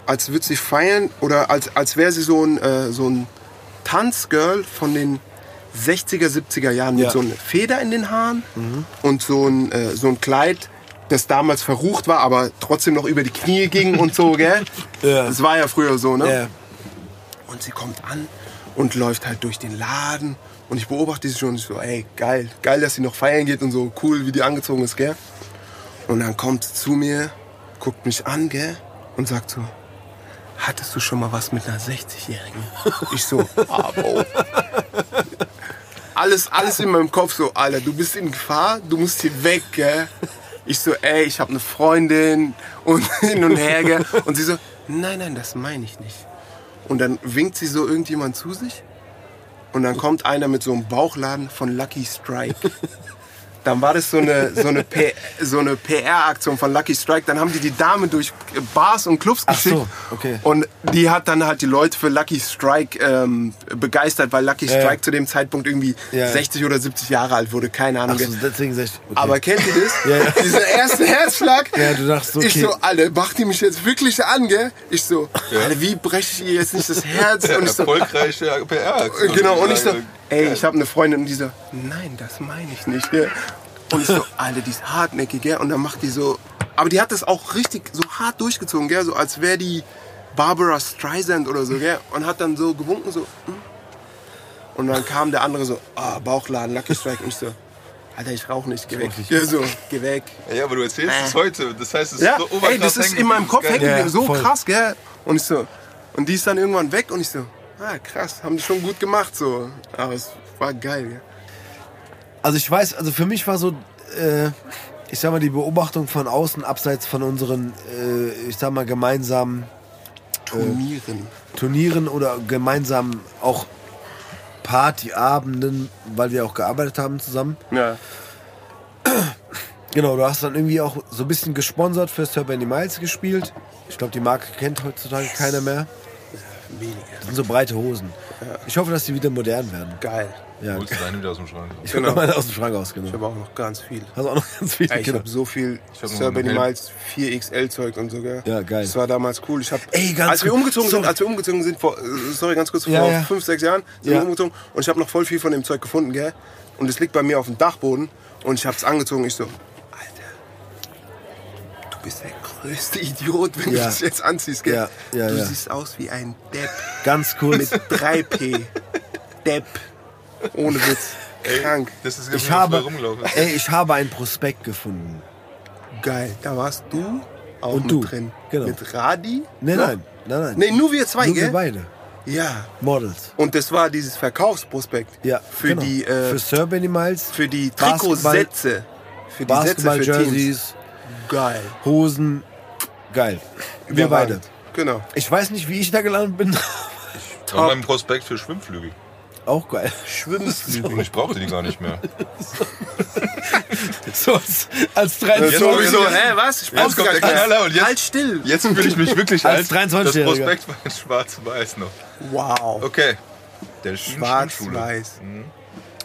als würde sie feiern oder als, als wäre sie so ein, äh, so ein Tanzgirl von den 60er, 70er Jahren mit
Ja.
so einer Feder in den Haaren und so ein, äh, so ein Kleid, das damals verrucht war, aber trotzdem noch über die Knie ging und so, gell?
Ja.
Das war ja früher so, ne?
Ja.
Und sie kommt an und läuft halt durch den Laden Und ich beobachte sie schon und ich so, ey, geil, geil, dass sie noch feiern geht und so, cool, wie die angezogen ist, gell? Und dann kommt sie zu mir, guckt mich an, gell? Und sagt so, hattest du schon mal was mit einer 60-Jährigen? Ich so, abo. Alles, alles in meinem Kopf so, Alter, du bist in Gefahr, du musst hier weg, gell? Ich so, ey, ich habe eine Freundin und hin und her, gell? Und sie so, nein, nein, das meine ich nicht. Und dann winkt sie so irgendjemand zu sich und dann kommt einer mit so einem Bauchladen von Lucky Strike. Dann war das so eine, so eine, P- so eine PR-Aktion von Lucky Strike. Dann haben die die Dame durch Bars und Clubs
Ach so,
geschickt.
okay.
Und die hat dann halt die Leute für Lucky Strike ähm, begeistert, weil Lucky
ja.
Strike zu dem Zeitpunkt irgendwie
Ja, ja.
60 oder 70 Jahre alt wurde. Keine Ahnung.
Ach so, deswegen sag ich, okay.
Aber kennt ihr das?
Ja, ja.
Dieser erste Herzschlag.
Ja, du dachtest, okay.
Ich so, alle, macht die mich jetzt wirklich an, gell? Ich so,
Ja.
alle, wie breche ich ihr jetzt nicht das Herz? Und ich so,
Erfolgreiche PR.
genau, und ich so, ey, ich habe eine Freundin und die so, nein, das meine ich nicht, gell? Und ich so, alle, die ist hartnäckig, gell? Und dann macht die so, aber die hat das auch richtig so hart durchgezogen, gell? So als wäre die Barbara Streisand oder so, gell? Und hat dann so gewunken, so, hm? Und dann kam der andere so, ah, Bauchladen, Lucky Strike. Und ich so, Alter, ich rauche nicht, geh weg. Ja, so, geh weg.
Ja, aber du erzählst es heute. Das heißt, es
Ja,
ist so oberkrass
ey, das ist in
hängen
meinem Kopf
geblieben.
hängen
Geil.
geblieben, so
voll.
krass, gell? Und ich so, und die ist dann irgendwann weg und ich so, ah, krass, haben die schon gut gemacht, so. Aber es war geil, gell?
Also ich weiß, also für mich war so, äh, ich sag mal, die Beobachtung von außen, abseits von unseren, äh, ich sag mal, gemeinsamen
Turnieren.
Turnieren oder gemeinsamen auch Partyabenden, weil wir auch gearbeitet haben zusammen.
Ja.
Genau, du hast dann irgendwie auch so ein bisschen gesponsert für Sir Benny Miles gespielt. Ich glaube, die Marke kennt heutzutage keiner mehr.
Weniger.
Das sind so breite Hosen. Ich hoffe, dass die wieder modern werden.
Geil.
Ja,
Holst du deine wieder aus dem Schrank.
ich
genau.
habe meine aus dem Schrank ausgenommen.
Ich habe auch noch ganz viel.
Hast auch noch ganz viele
Ey, ich
Kinder.
habe so viel
hab noch
Sir
einen
Benny
Helm.
Miles 4XL-Zeug und so, gell?
Ja, geil.
Das war damals cool. Ich hab,
Ey, ganz
als wir
kurz,
umgezogen sind,
sorry.
als wir umgezogen sind, vor, äh, sorry, ganz kurz, vor
Ja, ja.
fünf, sechs Jahren sind
Ja.
wir umgezogen und ich habe noch voll viel von dem Zeug gefunden, gell? Und es liegt bei mir auf dem Dachboden und ich hab's angezogen. Ich so, Alter, du bist der größte Idiot, wenn
Ja.
du das jetzt anziehst, gell?
Ja, ja,
du
ja.
siehst aus wie ein Depp
Ganz kurz.
mit 3P. Depp. Ohne Witz. Krank.
Das ist
Ich habe,
rumlaufen.
ey, ich habe einen Prospekt gefunden.
Geil. Da warst du auch
Und
mit
du.
drin.
Genau.
Mit Radi?
Nein,
Noch?
nein, nein, nein.
Nee, nur wir zwei,
Nur
gell?
wir beide.
Ja.
Models.
Und das war dieses Verkaufsprospekt.
Ja,
Für
genau.
die, äh,
für Sir Benny Miles,
für die
Basketball-
Trikotsätze. Für die Sätze für Teams.
Basketball-Jerseys,
Geil.
Hosen. Geil. Wir beide.
Überragend. Genau.
Ich weiß nicht, wie ich da gelandet bin.
War beim Prospekt für Schwimmflügel.
Auch geil.
Schwimmflügel.
Und ich brauchte die gar nicht mehr.
So als, als 23
Jetzt
Sowieso,
jetzt-
hä, was? Ich brauch's
kommt
gar
der
nicht mehr.
Knaller und jetzt-
Halt still.
Jetzt fühle ich mich wirklich
Als
als,
23-Jähriger.
Das Prospekt war in schwarz-weiß noch.
Wow.
Okay. Delfin Schwimmschule.
Schwarz-Weiß.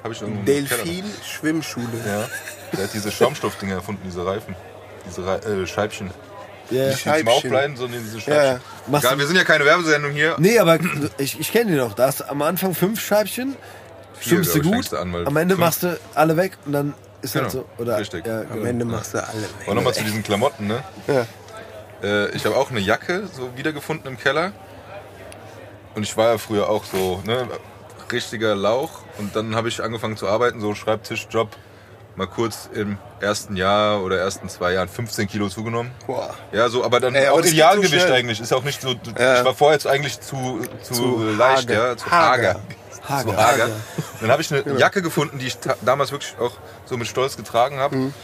Habe ich irgendwo im Keller
Delfin Schwimmschule.
noch. Ja. Der hat diese Schaumstoffdinger erfunden, diese Reifen. Diese Rei äh, Scheibchen.
Ja.
Nicht die zum
Scheibchen.
Aufbleiben, sondern diese Scheibchen.
Machst
Egal,
du-
wir sind ja keine Werbesendung hier.
Nee, aber ich, ich kenne die noch. Da hast du am Anfang fünf Scheibchen, stimmst du
glaub ich,
gut.
fängst du an, weil
am Ende
fünf-
machst du alle weg und dann ist halt
Genau,
so. Oder,
richtig.
Ja,
Am
genau.
Am Ende machst du alle weg.
Aber nochmal zu diesen Klamotten, ne?
Ja.
Äh, ich habe auch eine Jacke so wiedergefunden im Keller. Und ich war ja früher auch so, ne? Richtiger Lauch. Und dann habe ich angefangen zu arbeiten, so Schreibtischjob. Mal kurz im ersten Jahr oder ersten zwei Jahren 15 Kilo zugenommen.
Boah.
Ja, so, aber dann
Ey, Äh, aber
auch
das geht so
Idealgewicht
schnell.
eigentlich. Ist auch nicht so. du-
Ja.
Ich war vorher jetzt eigentlich zu, zu,
Zu
leicht,
hager.
ja. Zu hager.
Hager.
Zu hager. Dann habe ich eine
Genau.
Jacke gefunden, die ich ta- damals wirklich auch so mit Stolz getragen habe.
Mhm.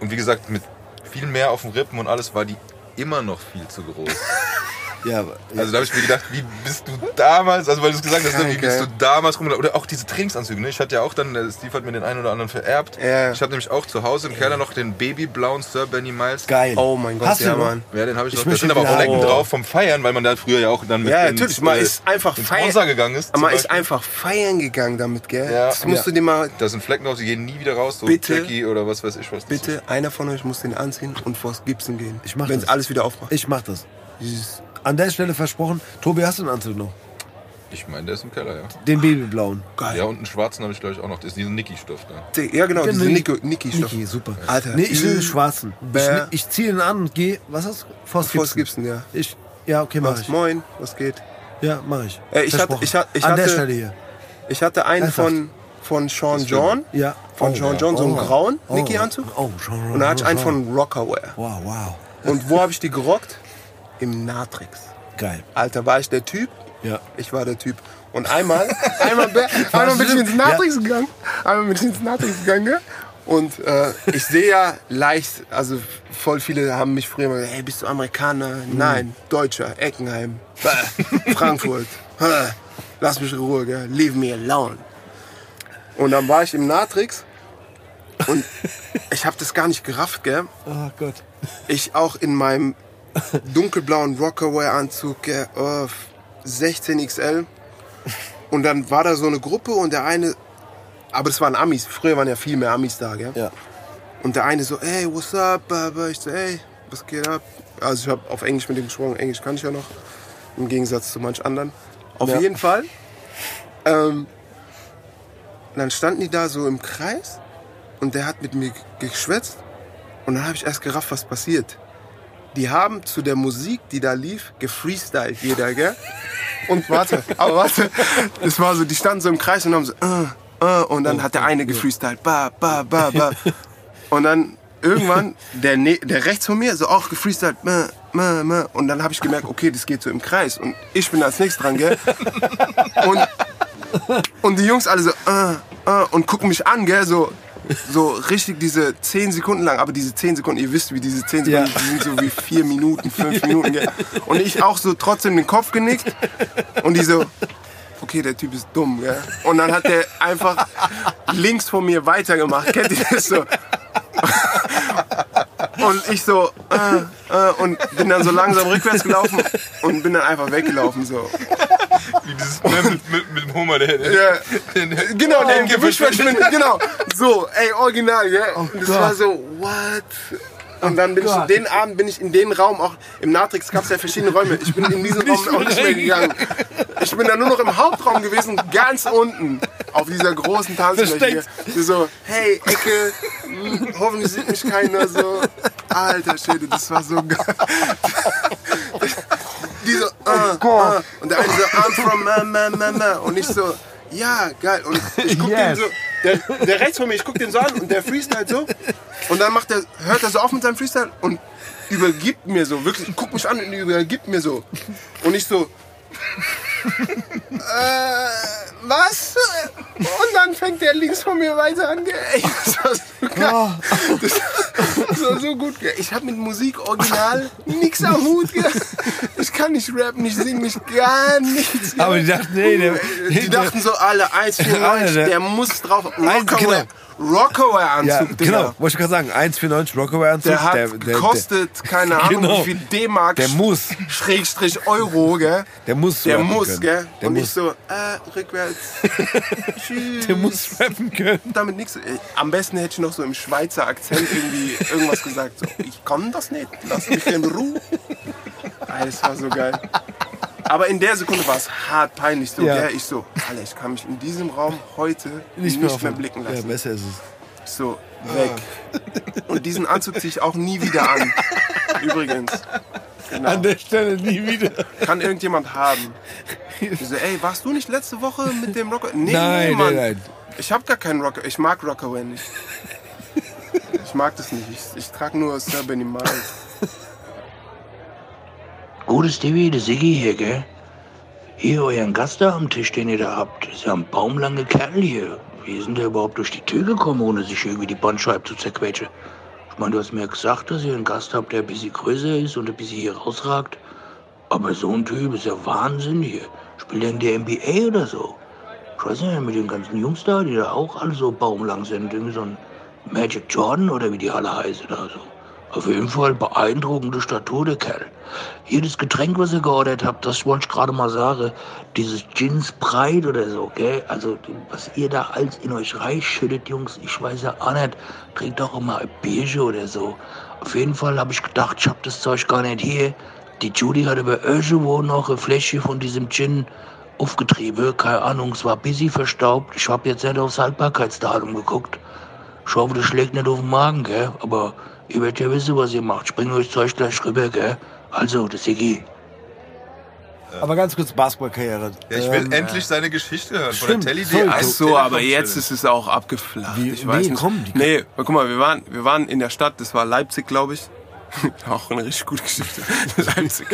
Und wie gesagt, mit viel mehr auf den Rippen und alles war die immer noch viel zu groß.
Ja, aber- ja.
Also da habe ich mir gedacht, wie bist du damals, also weil du es gesagt hast, ne, wie
Krank,
bist
ey.
du damals rumgelaufen? Oder auch diese Trainingsanzüge, ne? Ich hatte ja auch dann, der Steve hat mir den einen oder anderen vererbt.
Ja.
Ich habe nämlich auch zu Hause im Keller noch den babyblauen Sir Benny Miles
geil.
Oh mein Gott,
Hast du
ja,
noch?
Mann.
ja, den habe ich,
Ich
noch. Da
möchte
sind aber
wieder
auch Lecken
haben.
drauf vom Feiern, weil man da früher ja auch dann mit
Ja,
ins,
natürlich, man
äh,
ist einfach
ins
feiern-
Monster gegangen ist. zum
Man ist
Beispiel.
einfach feiern gegangen damit, gell?
Ja.
Das musst
Ja.
du dir mal.
Da sind Flecken drauf, die gehen nie wieder raus. So
Bitte?
Jackie oder was weiß ich was. das ist.
Bitte, einer von euch muss den anziehen und vors Gibson gehen.
Ich mach
Wenn
das.
alles wieder aufmacht.
Ich mach das.
Dieses-
An der Stelle versprochen, Tobi, hast du einen Anzug noch?
Ich meine, der ist im Keller, ja.
Den Babyblauen.
Geil.
Ja, und einen schwarzen habe ich, glaube ich, auch noch. Das ist dieser Niki-Stoff da.
Ja, genau, diese Nico, Niki,
Niki, super.
Alter.
Nee, ich will den
Übel.
schwarzen.
Bäh.
Ich, ich ziehe ihn an und gehe. Was hast du? Forst
Vors
Gibson.
Gibson, ja.
Ich, ja, okay, mach
Was,
ich.
moin, was geht?
Ja, mach ich.
Äh, ich hatte-
Versprochen.
ich hatte- ich
an der
hatte-
Stelle hier.
Ich hatte einen
Ernsthaft?
von, von Sean John.
Ja.
Von
Oh,
Sean
ja.
John, so einen
Oh,
grauen
oh,
Nike-Anzug.
Oh, Sean
Und dann hatte ich einen von Rockaware.
Wow, wow.
Und wo habe ich die gerockt? Im Natrix.
Geil.
Alter, war ich der Typ?
Ja.
Ich war der Typ. Und einmal, einmal, be- einmal bin ich ins Natrix gegangen. Einmal bin ich ins Natrix gegangen. gell? Und äh, ich sehe ja leicht, also voll viele haben mich früher mal gesagt, hey, bist du Amerikaner? Nein, Deutscher, Eckenheim, Bäh, Frankfurt. Hä, Lass mich in Ruhe, gell? leave me alone. Und dann war ich im Natrix und ich habe das gar nicht gerafft, gell?
Oh Gott.
ich auch in meinem dunkelblauen Rockaway-Anzug, äh, oh, 16XL. Und dann war da so eine Gruppe und der eine, aber das waren Amis, früher waren ja viel mehr Amis da, gell?
Ja.
Und der eine so, ey, what's up? Baba? Ich so, ey, was geht ab? Also ich habe auf Englisch mit ihm gesprochen, Englisch kann ich ja noch, im Gegensatz zu manch anderen. Auf jeden Fall. Ähm, dann standen die da so im Kreis und der hat mit mir geschwätzt und dann habe ich erst gerafft, was passiert. Die haben zu der Musik, die da lief, gefreestylt jeder, gell? Und warte, aber warte, das war so, die standen so im Kreis und haben so, äh, äh, und dann hat der eine gefreestylt, ba, ba, ba, ba. Und dann irgendwann, der, ne der rechts von mir, so auch gefreestylt, meh, meh, meh. und dann habe ich gemerkt, okay, das geht so im Kreis und ich bin als nächstes dran, gell? Und, und die Jungs alle so, äh, äh, und gucken mich an, gell, so, so richtig diese 10 Sekunden lang, aber diese 10 Sekunden, ihr wisst, wie diese 10 Sekunden,
Ja.
die sind so wie 4 Minuten, 5 Minuten, gell. Und ich auch so trotzdem den Kopf genickt und die so, okay, der Typ ist dumm, gell. Und dann hat der einfach links von mir weitergemacht, kennt ihr das so? Und ich so, äh, äh, und bin dann so langsam rückwärts gelaufen und bin dann einfach weggelaufen, so.
Wie dieses ne, mit, mit, mit dem Hummer, der, der,
Ja.
der, der
Genau, der
Ecke
Gebüsch verschwindet. Genau. So, ey, original, ja. Und das
Oh Gott. Oh
war so, what? Und dann bin
Gott.
ich den Abend bin ich in den Raum auch im Natrix gab es ja verschiedene Räume. Ich bin in diesen Raum auch nicht mehr gegangen. Ich bin dann nur noch im Hauptraum gewesen, ganz unten auf dieser großen Tanzfläche. hier. Die So, hey Ecke, hm, hoffentlich sieht mich keiner so. Alter Schwede, das war so geil. Die so,
Oh
äh, äh. und der eine so, I'm from, äh, ma, ma, ma. und ich so, ja, geil. Und ich guck den
Yes.
so, der, der rechts von mir, ich guck den so an und der freestyle so. Und dann macht er, hört er so auf mit seinem Freestyle und übergibt mir so, wirklich, guckt mich an und übergibt mir so. Und ich so, äh, was? Und dann fängt der links von mir weiter an. gell? Ey, das war so geil. Das, das war so gut. gell? Ich habe mit Musik original nix am Hut. gell? Ich kann nicht rappen, nicht singen, nicht gar nichts. gell?
Aber die dachten, nee, der,
Die dachten so alle, 1,94,
Alter.
der, muss drauf.
Eins, genau.
Rockaway.
ja,
Rockaway-Anzug,
genau,
Digga.
wollte ich gerade sagen, 1,94 Rockaway Anzug,
Der hat gekostet, keine Ahnung,
Genau.
wie viel D-Mark,
der, der muss,
Schrägstrich Euro, gell?
der muss
Der
rappen
muss,
können.
gell?
Der
und
muss,
ich so, äh, rückwärts. Tschüss.
der muss rappen können.
damit nichts. Äh, Am besten hätte ich noch so im Schweizer Akzent irgendwie irgendwas gesagt. So, ich kann das nicht, lass mich in Ruhe. Ey, das war so geil. Aber in der Sekunde war es hart peinlich. So,
Ja.
gell? Ich so, Alter, ich kann mich in diesem Raum heute nicht,
auf-
mehr blicken
Ja,
lassen.
besser ist es.
so, weg. Und diesen Anzug ziehe ich auch nie wieder an. Übrigens. Genau.
An der Stelle nie wieder.
Kann irgendjemand haben. Ich so, ey, warst du nicht letzte Woche mit dem Rocker? Nee,
Nein,
nee,
nein,
Mann.
nein.
Ich hab gar keinen Rocker. Ich mag Rockaway nicht. Ich mag das nicht. Ich, ich trage nur Sir Benny Miles.
Gutes Divi, der Siggi hier, gell? Hier, euren Gast da am Tisch, den ihr da habt, ist ja ein baumlanger Kerl hier. Wie ist denn der überhaupt durch die Tür gekommen, ohne sich irgendwie die Bandscheibe zu zerquetschen? Ich meine, du hast mir gesagt, dass ihr einen Gast habt, der ein bisschen größer ist und ein bisschen hier rausragt. Aber so ein Typ ist ja Wahnsinn hier. Spielt er in der NBA oder so? Ich weiß nicht, mit den ganzen Jungs da, die da auch alle so baumlang sind. Irgendwie so ein Magic Jordan oder wie die alle heißen da so. Auf jeden Fall beeindruckende Statur, der Kerl. Jedes Getränk, was ihr geordert habt, das wollte ich gerade mal sagen. Dieses Gin Sprite oder so, gell? Also, was ihr da alles in euch reinschüttet, Jungs, ich weiß ja auch nicht. Trinkt doch immer ein Bierchen oder so. Auf jeden Fall habe ich gedacht, ich hab das Zeug gar nicht hier. Die Judy hatte bei irgendwo noch eine Fläschchen von diesem Gin aufgetrieben. Keine Ahnung, es war busy verstaubt. Ich habe jetzt nicht aufs Haltbarkeitsdatum geguckt. Ich hoffe, das schlägt nicht auf den Magen, gell? Aber ihr werdet ja wissen, was ihr macht. Ich bringe euch Zeug gleich rüber, gell? Also, das Iggy.
Aber ganz kurz Basketballkarriere.
Ja, ich will
Ähm,
endlich seine Geschichte hören. Von
stimmt,
der Telly
sorry,
D1
Ach
zu
so,
Telekom
So, aber jetzt
Challenge.
ist es auch abgeflacht.
Wie-
ich weiß
nee,
nicht.
komm, die-
nee, aber guck mal, wir waren, wir waren in der Stadt, das war Leipzig, glaube ich. auch eine richtig gute Geschichte. Leipzig.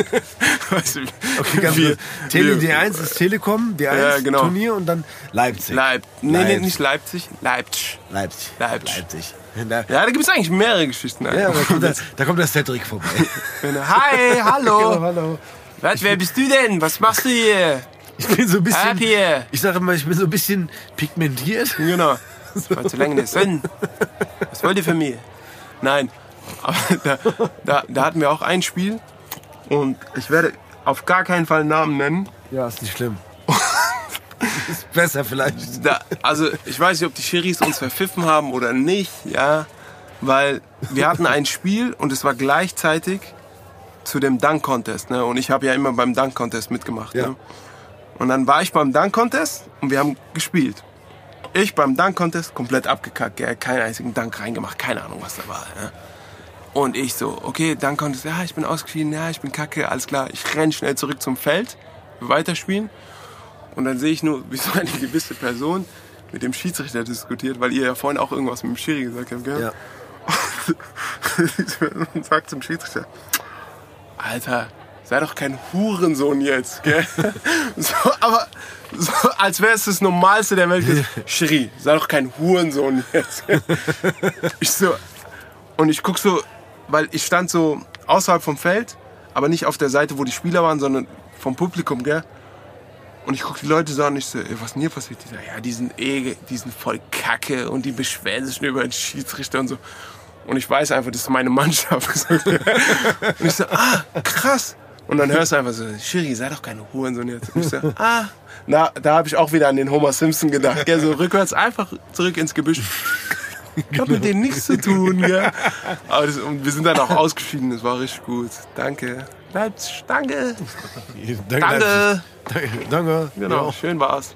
weißt du,
Okay, ganz
wir-
kurz. Tele,
wir-
D1 ist Telekom, D1
Ja, genau.
Turnier und dann Leipzig.
Leip nee, nee,
Leipzig.
nicht Leipzig, Leipzig.
Leipzig.
Leipzig.
Leipzig. Da,
Ja, da gibt es eigentlich mehrere Geschichten.
ja, aber da, kommt der, da kommt der Cedric vorbei.
Hi,
Ja,
hallo.
hallo.
Was, wer bist du denn? Was machst du hier?
Ich bin so ein
Ab
bisschen.
hier.
Ich sage mal, ich bin so ein bisschen pigmentiert.
Genau. Ich war zu lange in der Sonne. Was wollt ihr von mir? Nein. Aber da, da, da hatten wir auch ein Spiel. Und ich werde auf gar keinen Fall Namen nennen.
Ja, ist nicht schlimm. ist besser vielleicht.
Da, also ich weiß nicht, ob die Schiris uns verpfiffen haben oder nicht, ja. Weil wir hatten ein Spiel und es war gleichzeitig zu dem Dunk-Contest. Ne? Und ich habe ja immer beim Dunk-Contest mitgemacht.
Ja.
Ne? Und dann war ich beim Dunk-Contest und wir haben gespielt. Ich beim Dunk-Contest komplett abgekackt. Gell? Keinen einzigen Dunk reingemacht. Keine Ahnung, was da war. Ne? Und ich so, okay, Dunk-Contest. Ja, ich bin ausgeschieden. Ja, ich bin kacke. Alles klar. Ich renn schnell zurück zum Feld. Weiterspielen. Und dann sehe ich nur, wie so eine gewisse Person mit dem Schiedsrichter diskutiert, weil ihr ja vorhin auch irgendwas mit dem Schiri gesagt habt, gell?
Ja.
und sagt zum Schiedsrichter, Alter, sei doch kein Hurensohn jetzt, gell? So, aber so, als wäre es das Normalste der Welt. gewesen. Schiri, sei doch kein Hurensohn jetzt. Gell? Ich so, und ich guck so, weil ich stand so außerhalb vom Feld, aber nicht auf der Seite, wo die Spieler waren, sondern vom Publikum, gell? Und ich guck die Leute so an und ich so, ey, was ist denn hier passiert? Die sagen, ja, die sind eh, die sind voll kacke und die beschweren sich nur über den Schiedsrichter und so. Und ich weiß einfach, das ist meine Mannschaft. So, gell? und ich so, ah, krass. Und dann hörst du einfach so, Schiri, sei doch keine Hurensohn jetzt. Und ich so, ah. Na, da habe ich auch wieder an den Homer Simpson gedacht. Gell? So rückwärts einfach zurück ins Gebüsch. Ich hab mit denen nichts zu tun, gell? Aber das, und wir sind dann auch ausgeschieden, das war richtig gut. Danke. Leipzig, danke. Danke.
Danke. Danke.
Genau, schön war's.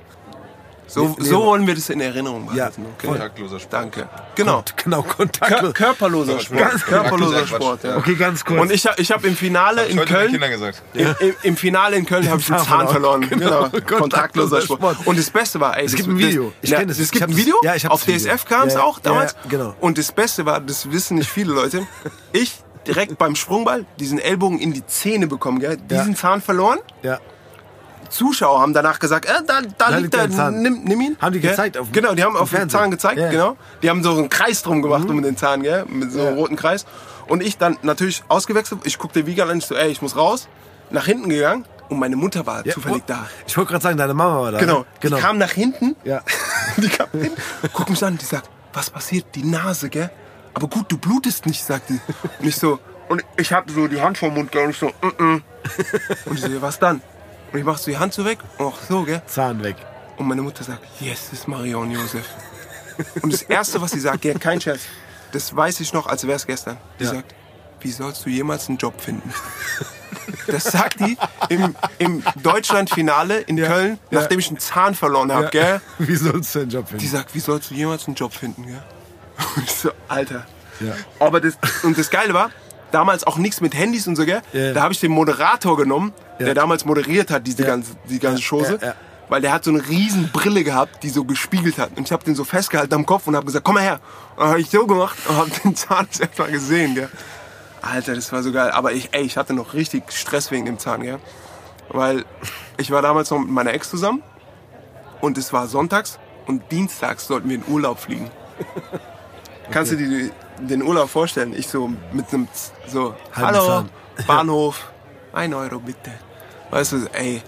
So,
Nee, nee.
so wollen wir das in Erinnerung behalten.
Ja,
okay.
Kontaktloser Sport.
Danke. Genau.
Genau,
Kör
kontaktlos.
körperloser Sport. Körperloser
Quatsch.
Sport, ja.
Okay, ganz kurz.
Und ich, hab- ich habe im Finale
Ich
in
heute den
Köln,
Kindern gesagt.
im, im- im Finale in Köln habe ich einen
Zahn
Zahn
verloren. Genau.
verloren. Genau. Kontaktloser
Kontaktloser
Sport.
Sport.
Und das Beste war, ey,
Es gibt ein Video. Ich
Ich ja,
kenn das.
das.
Ich
Es gibt ein
hab's-
Video?
ja, ich hab's
Auf
Video.
DSF kam es
Ja, ja.
auch damals.
Ja, ja, genau.
Und das Beste war, das wissen nicht viele Leute, ich direkt beim Sprungball diesen Ellbogen in die Zähne bekommen, gell? Diesen Zahn verloren.
ja.
Zuschauer haben danach gesagt, äh, da, da, liegt
liegt der
der,
Zahn.
nimm, nimm ihn.
Haben die
Gell?
gezeigt auf-
genau, die haben
auf
auf den
Fernsehen.
Zahn gezeigt,
Ja. Mhm.
genau. Die haben so einen Kreis drum gemacht um den Zahn, gell? mit so einem roten Kreis. Und ich dann natürlich ausgewechselt, ich guckte Wiegerl an, ich so, ey, ich muss raus. Nach hinten gegangen und meine Mutter war
Ja,
zufällig
und-
da.
Ich wollte gerade sagen, deine Mama war da.
Genau,
ne? genau.
die kam nach hinten,
ja.
die kam hin, guckt mich an, die sagt, was passiert? Die Nase, gell? Aber gut, du blutest nicht, sagt die. Und ich so, und ich hab so die Hand vom Mund, gell, und ich so, mm -mm. Und ich so, was dann? Und ich mach so die Hand so weg, und ach so, gell?
Zahn weg.
Und meine Mutter sagt, yes, das ist Marion Josef. Und das Erste, was sie sagt, ja, kein Scherz, das weiß ich noch, als wäre es gestern. Die sagt, wie sollst du jemals einen Job finden? Das sagt die im, im Deutschlandfinale in Köln, nachdem ich einen Zahn verloren habe, gell?
Wie sollst du deinen Job
Die
finden?
sagt, wie sollst du jemals einen Job finden, gell? Und ich so, Alter.
Ja.
Aber das, und das Geile war, damals auch nichts mit Handys und so, gell?
Ja.
Da habe ich den Moderator genommen,
Ja.
der damals moderiert hat, diese ganze, die ganze Chose.
ja, ja.
Weil der hat so eine riesen Brille gehabt, die so gespiegelt hat. Und ich habe den so festgehalten am Kopf und habe gesagt, komm mal her. Und habe ich so gemacht und habe den Zahn das erste Mal gesehen, gell? Alter, das war so geil. Aber ich, ey, ich hatte noch richtig Stress wegen dem Zahn, gell? Weil ich war damals noch mit meiner Ex zusammen und es war sonntags und dienstags sollten wir in Urlaub fliegen. Kannst du dir den Urlaub vorstellen? Ich so mit einem Z- so
Halben
Hallo
Zahn.
Bahnhof, ein Euro bitte. Weißt du, ey.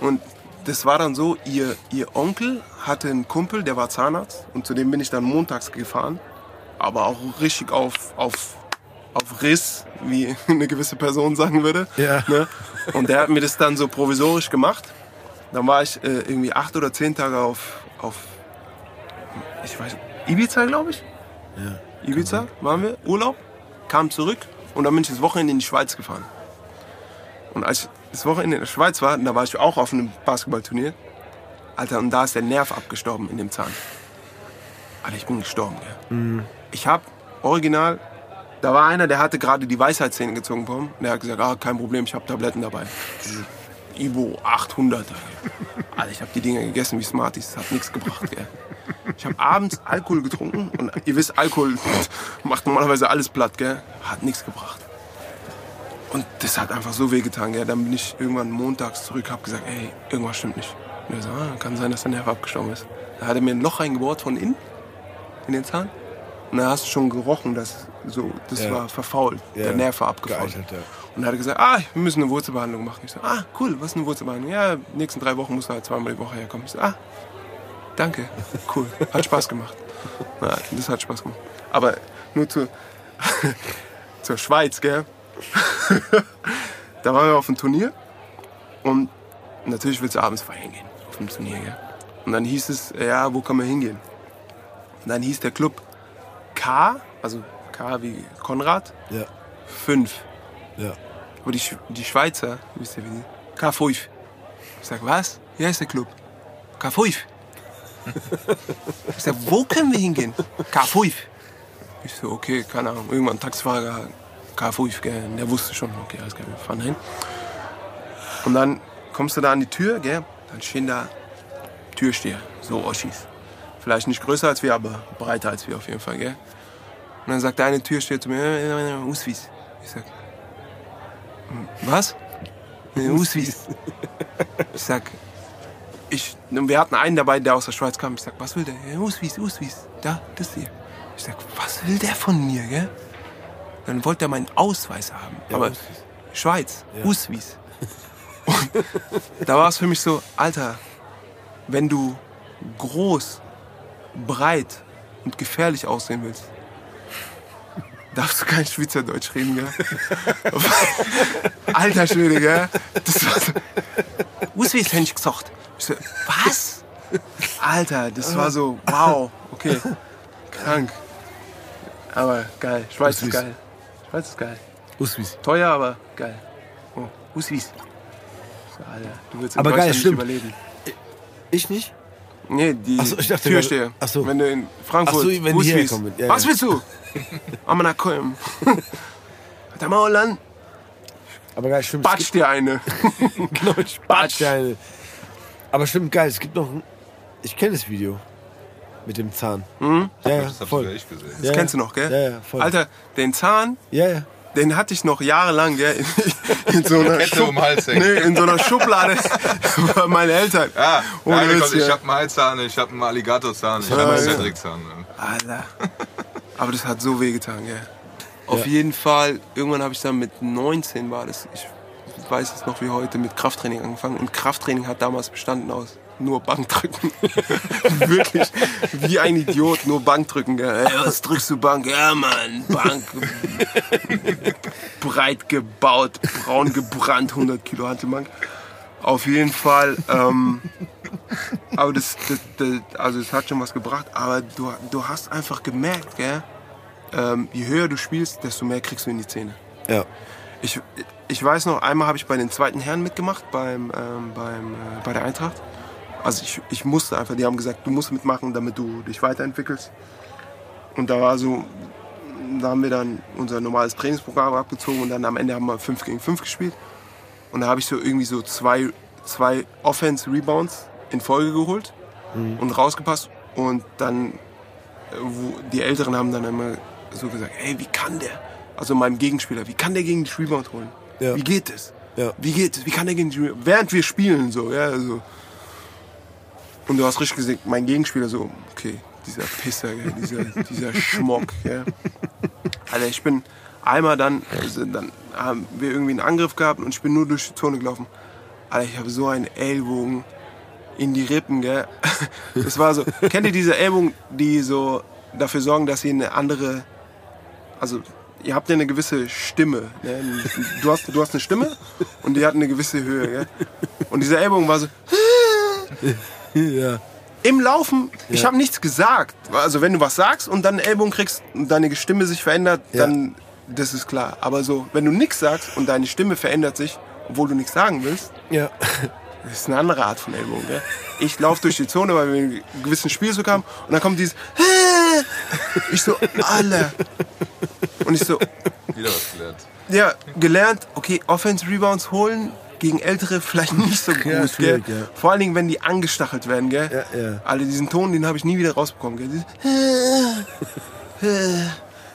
Und das war dann so, ihr, ihr Onkel hatte einen Kumpel, der war Zahnarzt und zu dem bin ich dann montags gefahren, aber auch richtig auf, auf, auf Riss, wie eine gewisse Person sagen würde.
Ja.
Ne? Und der hat mir das dann so provisorisch gemacht. Dann war ich äh, irgendwie acht oder zehn Tage auf, auf ich weiß, Ibiza, glaube ich. Ja, Ibiza waren wir, Urlaub, kam zurück und dann bin ich das Wochenende in die Schweiz gefahren. Und als ich das Wochenende in der Schweiz war, da war ich auch auf einem Basketballturnier. Alter, und da ist der Nerv abgestorben in dem Zahn. Alter, ich bin gestorben, gell. Ich hab original, da war einer, der hatte gerade die Weisheitszähne gezogen bekommen. Und der hat gesagt, ah, kein Problem, ich hab Tabletten dabei. Ibo 800. Alter, ich habe die Dinger gegessen wie Smarties. Das hat nichts gebracht, gell. Ich habe abends Alkohol getrunken und ihr wisst, Alkohol macht normalerweise alles platt, gell. Hat nichts gebracht. Und das hat einfach so wehgetan, gell. Dann bin ich irgendwann montags zurück, hab gesagt, ey, irgendwas stimmt nicht. Und er so, ah, kann sein, dass der Nerv abgestorben ist. Da hat er mir ein Loch reingebohrt von innen, in den Zahn. Und da hast du schon gerochen, dass so, das
Ja.
war verfault,
Ja.
der Nerv war abgefault.
Geeignet, ja.
Und dann hat er gesagt, ah, wir müssen eine Wurzelbehandlung machen. Ich so, ah, cool, was ist eine Wurzelbehandlung? Ja, nächsten drei Wochen musst du halt zweimal die Woche herkommen. Ich so, ah, danke, cool, hat Spaß gemacht. Ja, das hat Spaß gemacht. Aber nur zu, zur Schweiz, gell? da waren wir auf dem Turnier und natürlich willst du abends feiern gehen, auf dem Turnier, gell? Und dann hieß es, ja, wo kann man hingehen? Und dann hieß der Club K, also K wie Konrad,
Ja,
5.
ja.
Aber die, Sch- die Schweizer, wisst ihr wie die? K5. Ich sag, was? Hier ist der Club. K5. Ich sag, wo können wir hingehen? K5. Ich so, okay, keine Ahnung. Irgendwann Taxifahrer, K5, gell. Der wusste schon, okay, alles klar, wir fahren hin. Und dann kommst du da an die Tür, gell. Dann stehen da Türsteher, so Oschis. Vielleicht nicht größer als wir, aber breiter als wir auf jeden Fall, gell. Und dann sagt der eine Türsteher zu mir, äh, äh, Uswis. Ich sag, was? Nee, Uswis. Ich sag, ich, und wir hatten einen dabei, der aus der Schweiz kam. Ich sag, was will der? Ja, Uswis, Uswis, da, das hier. Ich sag, was will der von mir, gell? Dann wollte er meinen Ausweis haben. Aber Schweiz, Uswis. Und da war es für mich so, Alter, wenn du groß, breit und gefährlich aussehen willst, darfst du kein Schweizerdeutsch reden, gell? Alter Schwede, gell? Das war so. Uswis hätte ich gesagt. Ich so, was? Alter, das war so, wow, okay. Krank. Aber geil. Schweiz ist
Uswis.
geil. Schweiz ist geil.
Uswis.
Teuer, aber geil. Oh, Uswis. So, Alter, du willst in
Aber geil,
Deutschland nicht
stimmt.
überleben.
Ich nicht?
Nee, die
Ach so, ich dachte
Türsteher.
gerade- ach so.
Wenn du in Frankfurt,
Ach so, wenn die
Uswis.
herkommen. Ja,
Was
ja.
willst du? Amanakoyim. Hat der Maulan?
Aber geil, stimmt.
Batsch dir eine.
Genau, ich
Batsch.
Geil. Aber stimmt, geil, es gibt noch ein... Ich kenne das Video. Mit dem Zahn. Ja, ja,
Das hab sogar
voll.
ich gesehen.
Ja,
Mhm. Das kennst du
ja.
noch, gell?
Ja, ja, voll.
Alter, den Zahn,
Ja, ja.
den hatte ich noch jahrelang, gell? In, in so einer
Kette um den Hals hängen.
Nee, in so einer Schublade bei meinen Eltern.
Ah,
Ohne
nein,
Witz,
komm, ich
ja.
hab einen Heilzahn, ich hab einen Alligatorzahn, ich hab einen
ja.
Cedric-Zahn. ne?
Alter. Aber das hat so weh getan, gell? Auf jeden Fall, irgendwann habe ich dann mit 19 war das, ich weiß es noch wie heute, mit Krafttraining angefangen. Und Krafttraining hat damals bestanden aus nur Bankdrücken. Wirklich, wie ein Idiot, nur Bankdrücken. Gell? Ey, was drückst du Bank? Ja, Mann, Bank. Breit gebaut, braun gebrannt, 100 Kilo Hantelbank. Auf jeden Fall, ähm, aber das, das, das, also es hat schon was gebracht, aber du, du hast einfach gemerkt, gell? Ähm, je höher du spielst, desto mehr kriegst du in die Zähne.
Ja.
Ich, ich weiß noch, einmal habe ich bei den zweiten Herren mitgemacht, beim, ähm, beim, äh, bei der Eintracht. Also ich, ich musste einfach, die haben gesagt, du musst mitmachen, damit du dich weiterentwickelst. Und da war so, da haben wir dann unser normales Trainingsprogramm abgezogen und dann am Ende haben wir 5 gegen 5 gespielt. Und da habe ich so irgendwie so zwei, zwei Offense-Rebounds in Folge geholt und rausgepasst. Und dann, äh, wo, die Älteren haben dann immer so gesagt, ey, wie kann der, also meinem Gegenspieler, wie kann der gegen den Rebound holen?
Ja.
Wie geht es?
Ja.
Wie geht es? Wie kann der gegen den Rebound? Während wir spielen, so, ja, also. Und du hast richtig gesehen, mein Gegenspieler so, okay, dieser Pisser, gell, dieser, dieser Schmock. Gell. Alter, ich bin einmal dann, also dann haben wir irgendwie einen Angriff gehabt und ich bin nur durch die Zone gelaufen. Alter, ich habe so einen Ellbogen in die Rippen, gell. Das war so, kennt ihr diese Ellbogen, die so dafür sorgen, dass ihr eine andere, also ihr habt ja eine gewisse Stimme. Ne? Du, hast, du hast eine Stimme und die hat eine gewisse Höhe, gell. Und dieser Ellbogen war so,
Ja.
im Laufen, ich habe nichts gesagt. Also wenn du was sagst und dann einen Ellbogen kriegst und deine Stimme sich verändert,
Ja.
dann das ist klar. Aber so, wenn du nichts sagst und deine Stimme verändert sich, obwohl du nichts sagen willst,
Ja.
das ist eine andere Art von Ellbogen. Gell? Ich laufe durch die Zone, weil wir einen gewissen Spielzug haben und dann kommt dieses Ich so, alle. Und ich so,
Wieder was gelernt.
ja, gelernt, okay, Offense Rebounds holen gegen Ältere vielleicht nicht so gut.
Ja,
gell?
schwierig, ja.
Vor allen Dingen, wenn die angestachelt werden. Gell?
Ja, ja.
Alter, diesen Ton, den habe ich nie wieder rausbekommen. Gell? Dieses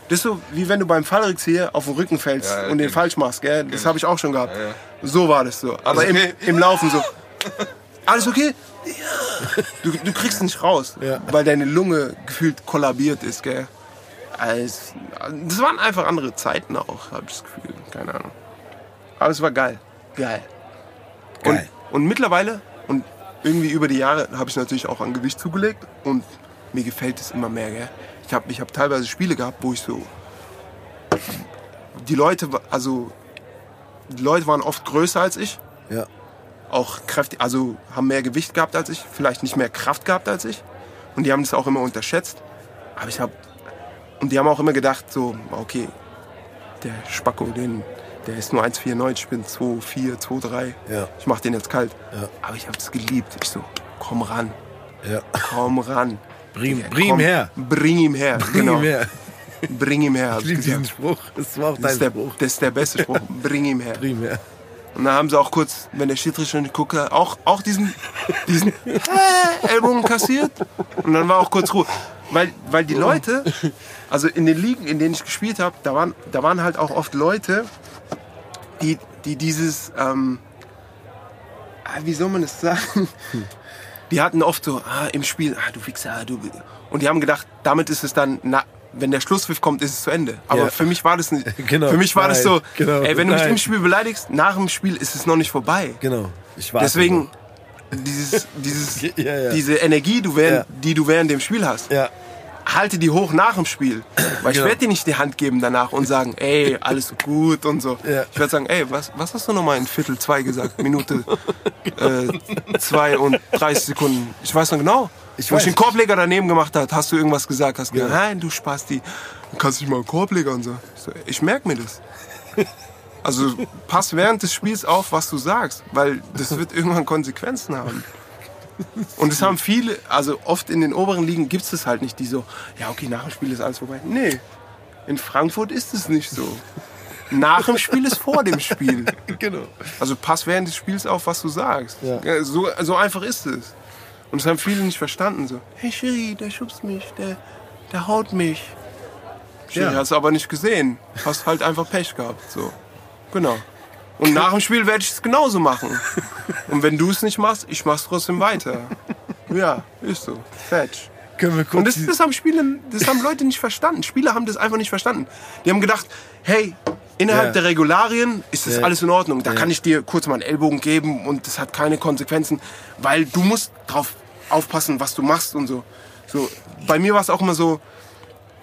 Das ist so, wie wenn du beim Fallrix hier auf den Rücken fällst
Ja, ja,
und den
kenn
falsch machst. Gell? Das habe ich auch schon gehabt.
Ja, Also ja.
So war das so. Aber im,
okay.
im Laufen so. Alles okay? Du, du kriegst nicht raus,
Ja.
weil deine Lunge gefühlt kollabiert ist, gell? Als, das waren einfach andere Zeiten auch, habe ich das Gefühl. Keine Ahnung. Aber es war geil. Geil.
Geil.
Und, und mittlerweile und irgendwie über die Jahre habe ich natürlich auch an Gewicht zugelegt und mir gefällt es immer mehr, gell? Ich habe ich hab teilweise Spiele gehabt, wo ich so. Die Leute, wa- also. Die Leute waren oft größer als ich
Ja.
auch kräftig, also haben mehr Gewicht gehabt als ich, vielleicht nicht mehr Kraft gehabt als ich. Und die haben das auch immer unterschätzt. Aber ich habe und die haben auch immer gedacht so, okay, der Spacko, den, der ist nur 1,94, ich bin 2,4, 2,3.
Ja.
Ich mach den jetzt kalt.
Ja.
Aber ich habe es geliebt. Ich so, komm ran,
Ja.
komm ran.
Bring,
Ja,
bring
komm,
ihm her.
Bring ihm her.
Bring
genau.
ihm her.
Bring ihm her. hab
Ich
ich
liebe
gesagt.
diesen Spruch. Das war auch
Das
dein
ist, der,
Spruch.
das ist der beste Spruch. Bring ihm her.
Bring ihm her.
Und dann haben sie auch kurz, wenn der Schiedsrichter nicht gucke, auch, auch diesen, diesen äh, Ellbogen kassiert. Und dann war auch kurz Ruhe. Weil, weil die Leute, also in den Ligen, in denen ich gespielt habe, da waren, da waren halt auch oft Leute, die, die dieses, ähm, ah, wie soll man das sagen? Die hatten oft so, ah, im Spiel, ah, du Wichser, du. Und die haben gedacht, damit ist es dann, na, wenn der Schlusspfiff kommt, ist es zu Ende. Aber
Ja.
für mich war das nicht.
Genau,
für mich war das
nein,
so,
genau,
ey, wenn du mich
nein.
im Spiel beleidigst, nach dem Spiel ist es noch nicht vorbei.
Genau. Ich warte.
Deswegen dieses, dieses,
Ja, ja.
diese Energie, du während,
Ja.
die du während dem Spiel hast,
Ja.
halte die hoch nach dem Spiel. Weil ich
Genau.
werde dir nicht die Hand geben danach und sagen, ey, alles gut und so.
Ja.
Ich werde sagen, ey, was, was hast du nochmal in Viertel zwei gesagt? Minute äh, zwei und 30 Sekunden. Ich weiß noch genau.
Ich
Wo
weiß.
ich den Korbleger daneben gemacht hat, hast du irgendwas gesagt, hast
Ja.
gesagt, nein, du Spasti, du kannst nicht mal einen Korbleger und so. Ich, so, ich merke mir das. Also pass während des Spiels auf, was du sagst, weil das wird irgendwann Konsequenzen haben. Und das haben viele, also oft in den oberen Ligen gibt es das halt nicht, die so, ja okay, nach dem Spiel ist alles vorbei. Nee, in Frankfurt ist es nicht so. Nach dem Spiel ist vor dem Spiel.
Genau.
Also pass während des Spiels auf, was du sagst.
Ja.
Ja, So, so einfach ist es. Und das haben viele nicht verstanden. So, hey Schiri, der schubst mich, der, der haut mich. Schiri,
Ja.
hast du aber nicht gesehen. Hast halt einfach Pech gehabt. So. Genau. Und nach dem Spiel werde ich es genauso machen. Und wenn du es nicht machst, ich mach's trotzdem weiter. Ja, ist so. Fetch.
Können wir
Und
kurz.
das,
die-
das, haben Spiele, das haben Leute nicht verstanden. Spieler haben das einfach nicht verstanden. Die haben gedacht, hey, innerhalb
Ja.
der Regularien ist das
Ja.
alles in Ordnung. Da kann ich dir kurz mal einen Ellbogen geben und das hat keine Konsequenzen, weil du musst drauf aufpassen, was du machst und so. so bei mir war es auch immer so,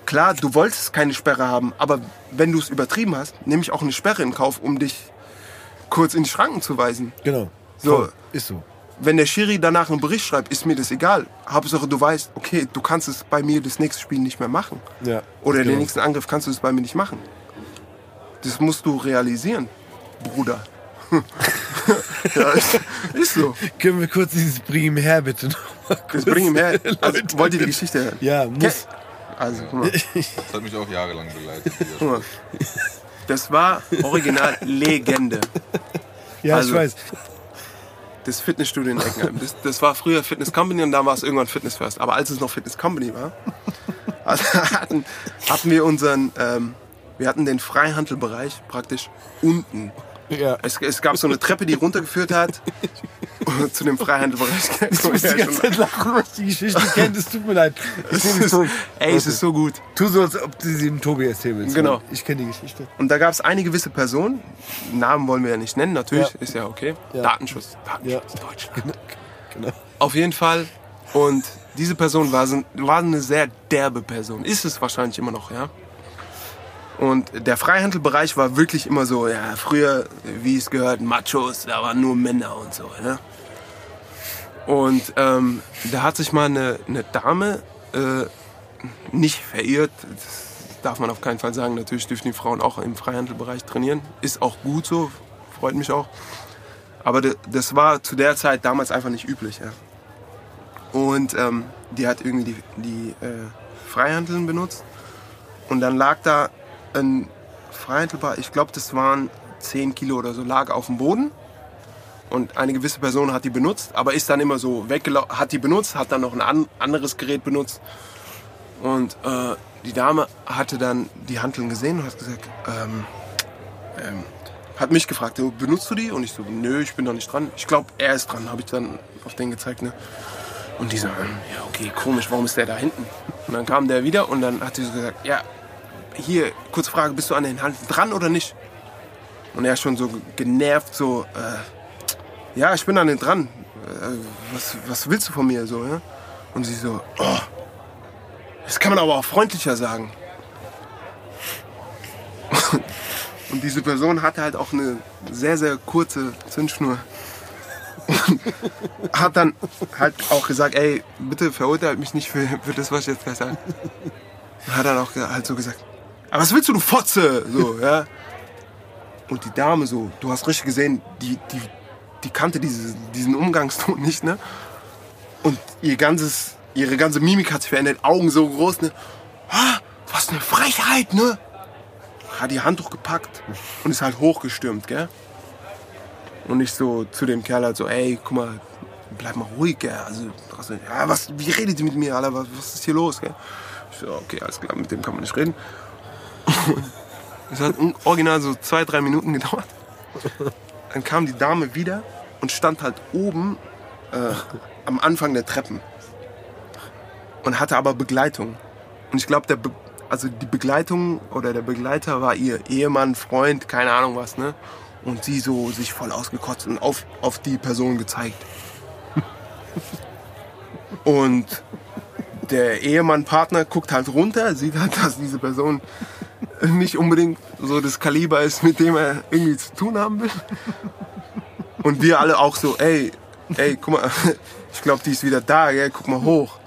klar, du wolltest keine Sperre haben, aber wenn du es übertrieben hast, nehme ich auch eine Sperre in Kauf, um dich kurz in die Schranken zu weisen.
genau.
So.
Voll. Ist so.
Wenn der Schiri danach einen Bericht schreibt, ist mir das egal. Hauptsache, du weißt, okay, du kannst es bei mir das nächste Spiel nicht mehr machen.
Ja.
Oder
genau.
den nächsten Angriff kannst du es bei mir nicht machen. Das musst du realisieren, Bruder. ja, ist, ist so.
Können wir kurz dieses Bring ihm her bitte nochmal kurz.
Das bring ihm her. Also, wollt ihr die Geschichte hören?
Ja, muss.
Also, guck mal.
Das hat mich auch jahrelang begleitet. dieser Spruch.
Guck mal. Das war original Legende.
Ja,
Also-
ich weiß.
Das Fitnessstudio in Eckenheim. Das, das war früher Fitness Company und dann war es irgendwann Fitness First. Aber als es noch Fitness Company war, also hatten, hatten wir unseren, ähm, wir hatten den Freihandelbereich praktisch unten.
Ja.
Es, es gab so eine Treppe, die runtergeführt hat zu dem Freihandelbereich.
Ich muss die ganze Zeit lachen, weil ich die Geschichte kenne. Es tut mir leid. Ich nehme
Es
mich
ist,
zurück.
ey, es ist so gut.
Tu so, als ob du sie dem Tobi erzählen willst.
Genau.
Ich kenne die Geschichte.
Und da gab es eine gewisse Person, Namen wollen wir ja nicht nennen, natürlich,
Ja.
ist ja okay.
Ja.
Datenschutz, Datenschutz,
Ja.
Deutschland.
Genau.
Auf jeden Fall. Und diese Person war, so- war eine sehr derbe Person. Ist es wahrscheinlich immer noch, ja. Und der Freihandelbereich war wirklich immer so, ja, früher, wie es gehört, Machos, da waren nur Männer und so, ne? Und ähm, da hat sich mal eine, eine Dame äh, nicht verirrt, das darf man auf keinen Fall sagen, natürlich dürfen die Frauen auch im Freihandelbereich trainieren, ist auch gut so, freut mich auch. Aber d- das war zu der Zeit damals einfach nicht üblich. Ja. Und ähm, die hat irgendwie die, die äh, Freihandeln benutzt. Und dann lag da ein Freihandelbar, ich glaube, das waren 10 Kilo oder so, lag auf dem Boden. Und eine gewisse Person hat die benutzt, aber ist dann immer so weggelaufen, hat die benutzt, hat dann noch ein an anderes Gerät benutzt. Und äh, die Dame hatte dann die Hanteln gesehen und hat gesagt, ähm, ähm, hat mich gefragt, "Du, benutzt du die? Und ich so, nö, ich bin da nicht dran. Ich glaube, er ist dran, habe ich dann auf den gezeigt. Ne? Und die so, ähm, ja, okay, komisch, warum ist der da hinten? Und dann kam der wieder und dann hat sie so gesagt, ja, hier, kurze Frage, bist du an den Handeln dran oder nicht? Und er schon so genervt, so, äh, ja, ich bin an den dran. Äh, was, was willst du von mir? So, ja? Und sie so, oh, das kann man aber auch freundlicher sagen. Und diese Person hatte halt auch eine sehr, sehr kurze Zündschnur. Und hat dann halt auch gesagt, ey, bitte verurteilt mich nicht für, für das, was ich jetzt gleich sage. Und hat dann auch ge- halt so gesagt, aber was willst du, du Fotze? So, ja. Und die Dame so, du hast richtig gesehen, die, die, die kannte diese, diesen Umgangston nicht, ne? Und ihr ganzes, ihre ganze Mimik hat sich verändert, Augen so groß, ne? Ah, was eine Frechheit, ne? Hat ihr Handtuch gepackt und ist halt hochgestürmt, gell? Und ich so zu dem Kerl halt so, ey, guck mal, bleib mal ruhig, gell? Also, also, ja, was, wie redet ihr mit mir, Alter? Was, was ist hier los, gell? Ich so, okay, alles klar, mit dem kann man nicht reden. Es hat un- original so zwei, drei Minuten gedauert. Dann kam die Dame wieder und stand halt oben äh, am Anfang der Treppen. Und hatte aber Begleitung. Und ich glaube, der Be also die Begleitung oder der Begleiter war ihr Ehemann, Freund, keine Ahnung was, ne? Und sie so sich voll ausgekotzt und auf, auf die Person gezeigt. Und der Ehemann, Partner guckt halt runter, sieht halt, dass diese Person nicht unbedingt so das Kaliber ist, mit dem er irgendwie zu tun haben will. Und wir alle auch so, ey, ey, guck mal, ich glaube, die ist wieder da, gell? guck mal hoch.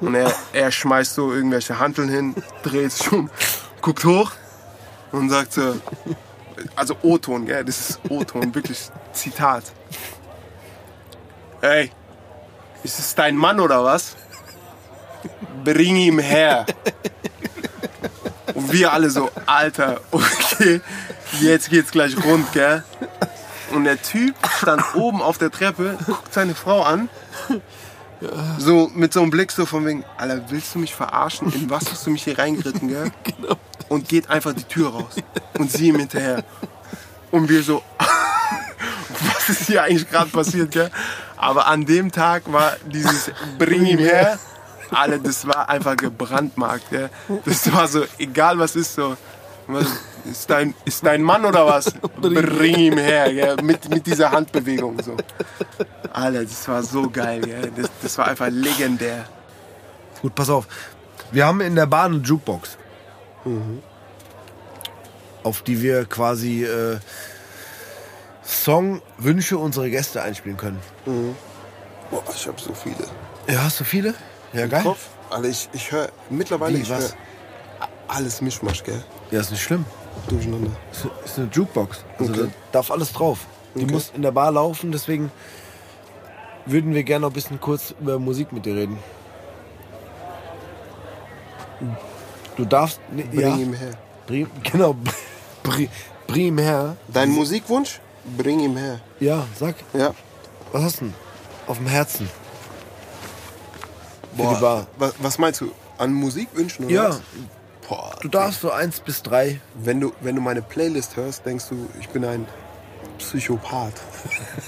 Und er, er schmeißt so irgendwelche Hanteln hin, dreht sich um, guckt hoch und sagt so, also O-Ton, gell, das ist O-Ton, wirklich Zitat. Ey, ist es dein Mann oder was? Bring ihn her. Und wir alle so, Alter, okay, jetzt geht's gleich rund, gell? Und der Typ stand oben auf der Treppe, guckt seine Frau an, so mit so einem Blick so von wegen, Alter, willst du mich verarschen? In was hast du mich hier reingeritten, gell? Und geht einfach die Tür raus und sie ihm hinterher. Und wir so, was ist hier eigentlich gerade passiert, gell? Aber an dem Tag war dieses Bring ihm her, alle, das war einfach gebrandmarkt, gell? Das war so, egal was ist, so, was, ist, dein, ist dein Mann oder was? Bring ihm her, gell? Mit, mit dieser Handbewegung, so. Alter, das war so geil, gell? Das, das war einfach legendär.
Gut, pass auf. Wir haben in der Bahn eine Jukebox.
Mhm.
Auf die wir quasi äh, Songwünsche unserer Gäste einspielen können.
Boah, ich habe so viele.
Ja, hast du viele? Ja, geil.
Kopf. Alter, ich, ich höre mittlerweile
Wie,
ich
was?
hör alles Mischmasch, gell?
Ja, ist nicht schlimm.
Durcheinander.
Ist, ist eine Jukebox. Also
Okay.
da darf alles drauf. Die
Okay.
muss in der Bar laufen, deswegen würden wir gerne noch ein bisschen kurz über Musik mit dir reden. Du darfst. nee,
Bring
ja,
ihm her.
Bring- genau. Bring, bring ihm her.
Dein Musikwunsch? Bring ihm her.
Ja, sag.
Ja.
Was hast du denn auf dem Herzen? Für die
Boah,
Bar.
was, was meinst du? An Musikwünschen oder
Ja,
was? Boah,
du darfst so eins bis drei.
Wenn du, wenn du meine Playlist hörst, denkst du, ich bin ein Psychopath.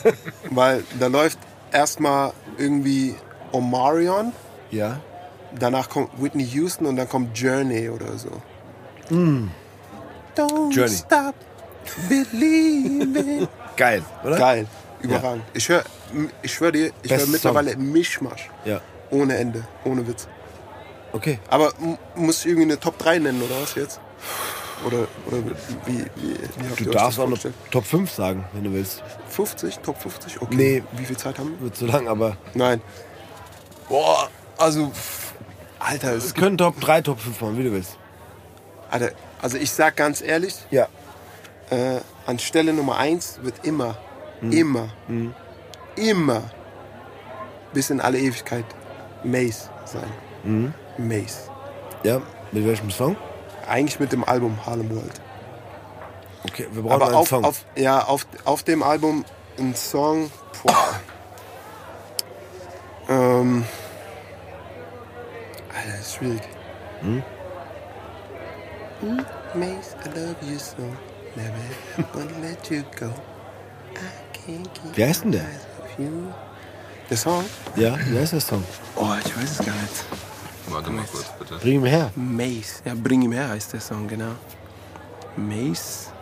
Weil da läuft erstmal irgendwie Omarion,
Ja.
danach kommt Whitney Houston und dann kommt Journey oder so. Don't
Mm. Journey.
stop believing.
Geil, oder?
Geil, überragend. Ich höre, ich schwöre dir, ich höre
Best
mittlerweile Mischmasch.
Ja.
Ohne Ende, ohne Witz.
Okay.
Aber m- muss ich irgendwie eine Top 3 nennen oder was jetzt? Oder, oder wie, wie, wie habt
Du
ihr euch das
darfst auch eine
vorgestellt?
Top 5 sagen, wenn du willst.
50, Top 50? Okay.
Nee.
Wie viel Zeit haben wir?
Wird zu lang, aber.
Nein. Boah, also. pff, Alter, es
Wir können Top 3, Top 5 machen, wie du willst.
Alter, also ich sag ganz ehrlich,
Ja.
äh, an Stelle Nummer 1 wird immer, immer, immer bis in alle Ewigkeit Mace sein. Mace.
Ja. Mit welchem Song?
Eigentlich mit dem Album Harlem World.
Okay, wir brauchen
Aber
einen
auf,
Song.
auf, ja, auf, auf dem Album
ein Song. Boah. ähm. Alter, das ist schwierig. Hm? Mace, I love you so. Never gonna let you go. I can't keep
Wie heißt denn der?
my eyes off you. Der Song?
Ja, wie heißt der Song?
Oh, ich weiß es gar nicht.
Warte mal kurz, bitte.
Bring ihn her.
Mace. Ja, Bring ihm her heißt der Song, genau. Mace?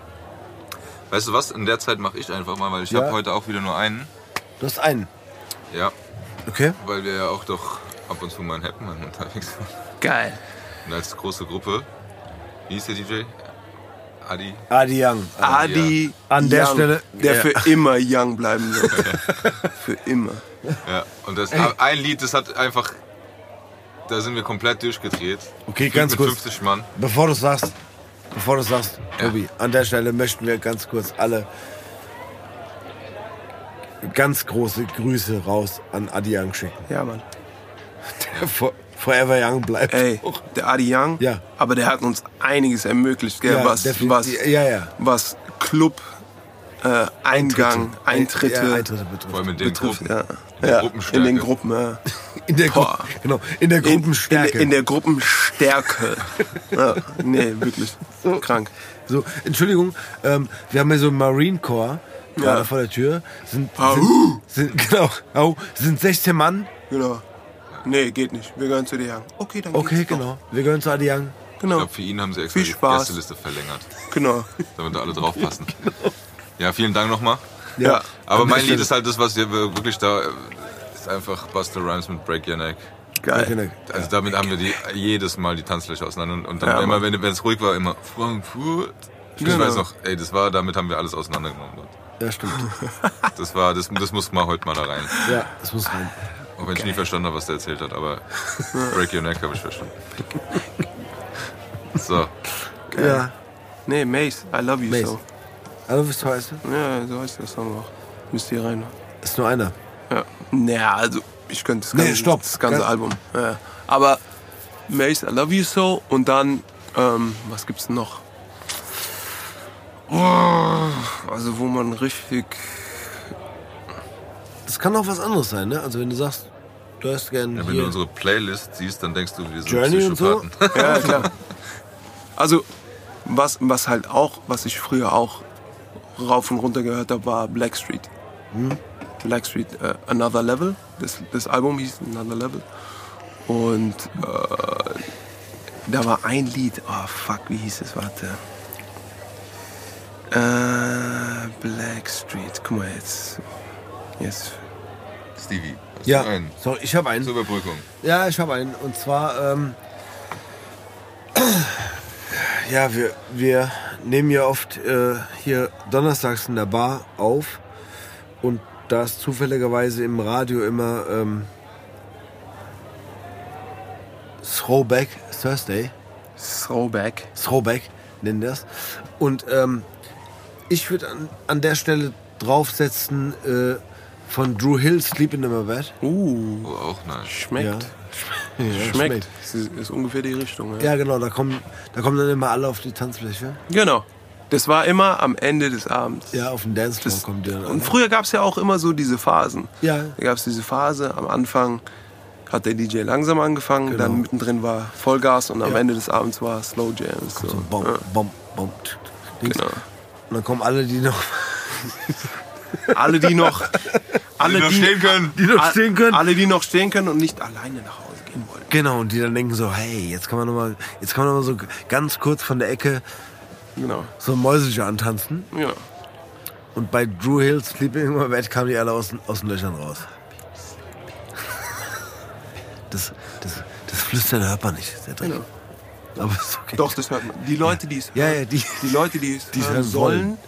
Weißt du was? In der Zeit mache ich einfach mal, weil ich
Ja.
habe heute auch wieder nur einen.
Du hast einen.
Ja,
Okay.
weil wir ja auch doch ab und zu mal in Heppenheim unterwegs waren.
Geil.
Und als große Gruppe. Wie hieß der DJ? Adi.
Adi Young.
Adi
An der
Young,
Stelle-
der
Ja.
für immer young bleiben wird. für immer.
Ja, und das ein Lied, das hat einfach. Da sind wir komplett durchgedreht.
Okay,
Gefühlt
ganz
mit
kurz.
50 Mann.
Bevor du sagst, bevor du sagst, Tobi, an der Stelle möchten wir ganz kurz alle ganz große Grüße raus an Adi Young schicken.
Ja, Mann.
For- Forever Young bleibt.
Ey, der Adi Young,
Ja.
aber der hat uns einiges ermöglicht, gell?
Ja,
was,
definitiv.
was,
Ja, ja.
was Club, äh, Eingang, Eintritte,
Ja, Eintritte betrifft.
Vor allem in den
betrifft.
Gruppen.
Ja.
In der
ja,
Gruppenstärke.
in den Gruppen, ja.
In der, Gru
Boah.
genau, in der
In-
Gruppenstärke.
In, in der Gruppenstärke. ja, nee, wirklich. Krank.
so, Entschuldigung, ähm, wir haben hier so einen Marine Corps gerade
Ja.
vor der Tür. Sind,
Au.
sind, sind, genau, au, sind 16 Mann.
Genau. Nee, geht nicht. Wir gehören zu dir, Young. Okay, dann
Okay,
geht's doch.
genau. Wir gehören zu Adi Young.
Ich
Genau,
glaube, für ihn haben sie extra
Viel
die
Spaß.
Gästeliste verlängert,
genau.
damit da alle draufpassen. Ja, vielen Dank nochmal.
Ja.
Aber
An
mein
der
Lied
Stelle.
ist halt das, was wir wirklich da. äh, Ist einfach Buster Rhymes mit Break Your Neck.
Geil.
Genau,
Also damit haben wir die, jedes Mal die Tanzfläche auseinander. Und dann
Ja,
immer,
Mann.
wenn wenn es ruhig war, immer Frankfurt. Ich
Genau.
weiß noch, ey, das war, damit haben wir alles auseinandergenommen. dort.
Ja, stimmt.
Das war, das, das muss mal heute mal da rein.
Ja, das muss rein.
Auch wenn ich nie verstanden habe, was der erzählt hat, aber Break Your Neck habe ich verstanden. So,
Ja.
Nee, Mace, I love you
Mace.
so.
Hallo, wie heißt du?
Ja, so heißt der Song auch. Müsst ihr rein.
Ist nur einer.
Ja. Naja, also ich könnte das
Nee,
ganze,
stopp.
das ganze
Ganz-
Album. Ja. Aber Mace, I love you so und dann, ähm, was gibt's denn noch? Oh, also wo man richtig.
Das kann auch was anderes sein, ne? Also wenn du sagst, du hörst gerne
wenn
hier
du unsere Playlist siehst, dann denkst du, wir sind
Journey und so.
Psychopathen.
Ja, klar. Also was, was halt auch, was ich früher auch rauf und runter gehört habe, war Blackstreet.
Hm?
Blackstreet, äh, Another Level. Das, das Album hieß Another Level. Und äh, da war ein Lied. Oh fuck, wie hieß es? Warte. Äh, Blackstreet. Guck mal jetzt. Jetzt.
Stevie, hast
Ja,
du einen?
sorry, ich habe einen.
Zur Überbrückung.
Ja, ich habe einen. Und zwar, ähm, ja, wir, wir nehmen ja oft äh, hier donnerstags in der Bar auf. Und da ist zufälligerweise im Radio immer ähm, Throwback Thursday.
Throwback.
Throwback nennen das. Und ähm, ich würde an, an der Stelle draufsetzen äh, von Drew Hill, Sleep in My Bed.
Uh,
Oh, auch nice.
schmeckt. Schmeckt.
schmeckt.
Das ist, ist ungefähr die Richtung.
Ja, genau, da kommen, da kommen dann immer alle auf die Tanzfläche.
Genau. Das war immer am Ende des Abends.
Ja, auf den Dancefloor
Das-
kommen die dann
Und
alle.
früher gab es ja auch immer so diese Phasen.
Ja.
Da gab es diese Phase, am Anfang hat der DJ langsam angefangen, dann mittendrin war Vollgas und am
Genau. Ja.
Ende des Abends war Slow Jams. So.
So, bom,
Ja,
bom, bom. tsch, tsch, Dings.
Genau.
Und dann kommen alle, die noch,
Alle, die noch, alle,
noch stehen können.
die noch stehen können.
Alle, die noch stehen können und nicht alleine nach Hause gehen wollen.
Genau, und die dann denken so, hey, jetzt kann man nochmal, jetzt kann man noch mal so g- ganz kurz von der Ecke
Genau.
so ein Mäuselchen antanzen.
Ja.
Und bei Drew Hills Sleeping in My Bed kamen die alle aus, den- aus den Löchern raus. Das, das, das Flüstern hört man nicht, der Dreck.
Genau.
Aber ist okay.
Doch, das hört man. Die Leute, die es
Ja,
hören-
ja, die-
die Leute, die es
die es
hören
hören
sollen,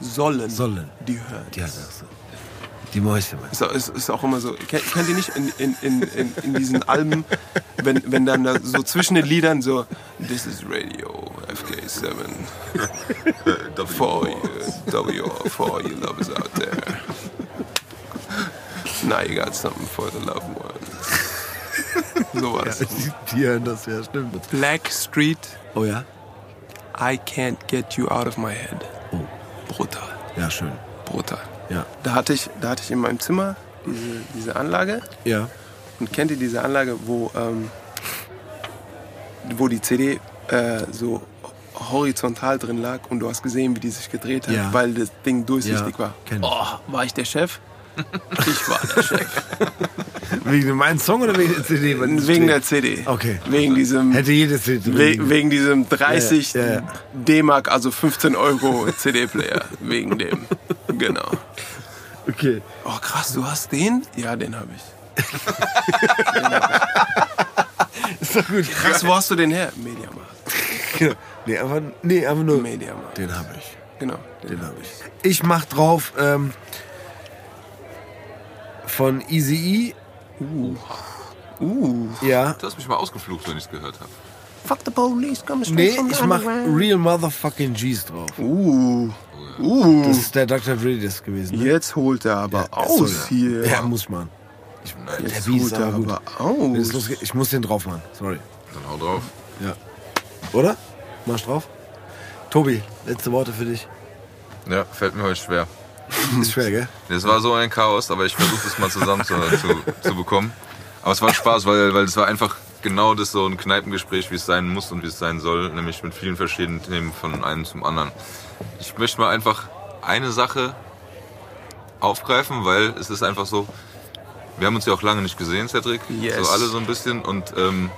sollen,
Sollen.
die hören.
Die hat das so. Die Mäuschen.
Ist, auch- ist, ist auch immer so. Kennt, kennt ihr nicht in, in, in, in, in diesen Alben, wenn, wenn dann da so zwischen den Liedern so This is Radio FK7 for you, WR, for you lovers out there. Now you got something for the loved ones. So was.
Die, die hören das ja, stimmt.
Black Street,
Oh ja?
I can't get you out of my head.
Oh,
Brutal.
ja, schön.
Brutal.
Ja.
Da hatte ich, da hatte ich in meinem Zimmer diese, diese Anlage.
Ja.
Und kennt ihr diese Anlage, wo, ähm, wo die CD äh, so horizontal drin lag und du hast gesehen, wie die sich gedreht hat,
Ja.
weil das Ding durchsichtig
Ja,
war?
kenn ich.
Oh, war ich der Chef? Ich war der Chef.
Wegen meinem Song oder wegen der CD? Weil das
Wegen
steht.
der CD.
Okay.
Wegen diesem,
Hätte jedes CD.
we wegen diesem 30
Ja, ja, ja.
D-Mark, also 15 Euro CD-Player. Wegen dem. Genau.
Okay.
Oh krass, du hast den? Ja, den habe ich.
Ist doch gut.
Krass, wo hast du den her? Mediamarkt.
Genau. Nee, einfach, nee, einfach nur.
Mediamarkt.
Den habe ich.
Genau.
Den habe ich. Ich mach drauf ähm, von Easy
Uh,
E. Ja.
Du hast mich mal ausgeflucht, wenn ich es gehört habe.
fuck the police, komm schon
Nee, ich mach Real Motherfucking G's drauf.
Uh,
Oh Das
uh.
ist der Dr. Dre Disc gewesen. Ne?
Jetzt holt er aber aus
Sorry.
hier.
Ja, muss man. Ich, der
Jetzt
Beat
holt
ist
er
aber gut.
aber
Nee, ist
aus.
lustig. Ich muss den drauf machen. Sorry.
Dann hau drauf.
Ja. Oder? Machst drauf? Tobi, letzte Worte für dich.
Ja, fällt mir heute schwer.
Ist schwer, gell?
Das war so ein Chaos, aber ich versuche es mal zusammen zu, zu, zu bekommen. Aber es war Spaß, weil, weil es war einfach genau das so ein Kneipengespräch, wie es sein muss und wie es sein soll, nämlich mit vielen verschiedenen Themen von einem zum anderen. Ich möchte mal einfach eine Sache aufgreifen, weil es ist einfach so, wir haben uns ja auch lange nicht gesehen, Cedric,
Yes.
so alle so ein bisschen und ähm,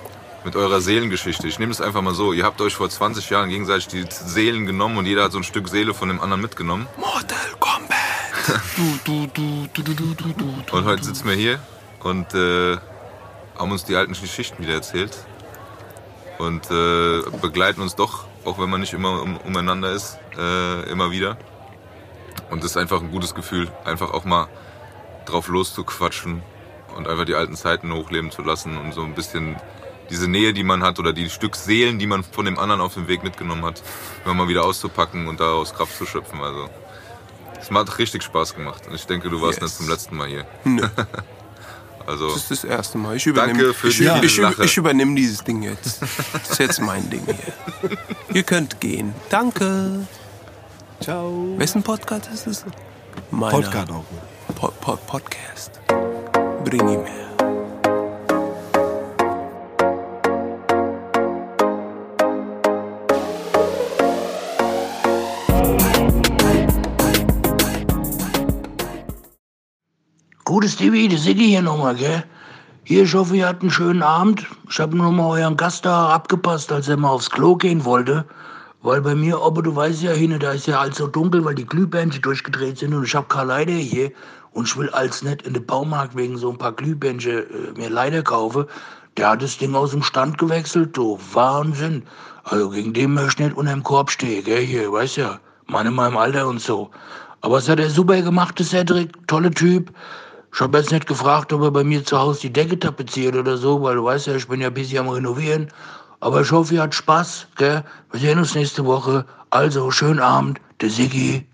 mit eurer Seelengeschichte. Ich nehme es einfach mal so, ihr habt euch vor 20 Jahren gegenseitig die Seelen genommen und jeder hat so ein Stück Seele von dem anderen mitgenommen.
Mortal Kombat. Du, du, du, du, du, du, du, du.
Und heute sitzen wir hier und äh, haben uns die alten Geschichten wieder erzählt. Und äh, begleiten uns doch, auch wenn man nicht immer um, umeinander ist, äh, immer wieder. Und das ist einfach ein gutes Gefühl, einfach auch mal drauf loszuquatschen und einfach die alten Zeiten hochleben zu lassen und so ein bisschen diese Nähe, die man hat oder die Stück Seelen, die man von dem anderen auf dem Weg mitgenommen hat, immer mal wieder auszupacken und daraus Kraft zu schöpfen. Also, es hat richtig Spaß gemacht. Und ich denke, du warst
Yes.
nicht zum letzten Mal hier.
Nö.
Also,
Das ist das erste Mal. Ich übernehme,
Danke für
ich,
die
ich, ich,
Lache.
ich übernehme dieses Ding jetzt. Das ist jetzt mein Ding hier. Ihr könnt gehen. Danke.
Ciao.
Wessen Podcast ist es? Meiner.
Podcast auch.
Po po Podcast. Bring ihm her.
Gutes TV, das Siggi hier nochmal, gell? Hier, ich hoffe, ihr hattet einen schönen Abend. Ich habe nochmal euren Gast da abgepasst, als er mal aufs Klo gehen wollte. Weil bei mir, aber du weißt ja, hinne, da ist ja alles so dunkel, weil die Glühbirnchen durchgedreht sind und ich habe keine Leiter hier. Und ich will als nicht in den Baumarkt wegen so ein paar Glühbirnchen äh, mir Leiter kaufen. Der hat das Ding aus dem Stand gewechselt, du Wahnsinn. Also gegen den möchte ich nicht unterm Korb stehen, gell, hier, weißt ja. Mann in meinem Alter und so. Aber es hat er super gemacht, der Cedric, tolle Typ. Ich habe jetzt nicht gefragt, ob er bei mir zu Hause die Decke tapeziert oder so, weil du weißt ja, ich bin ja ein bisschen am Renovieren. Aber ich hoffe, ihr habt Spaß, gell? Wir sehen uns nächste Woche. Also, schönen Abend, der Siggi.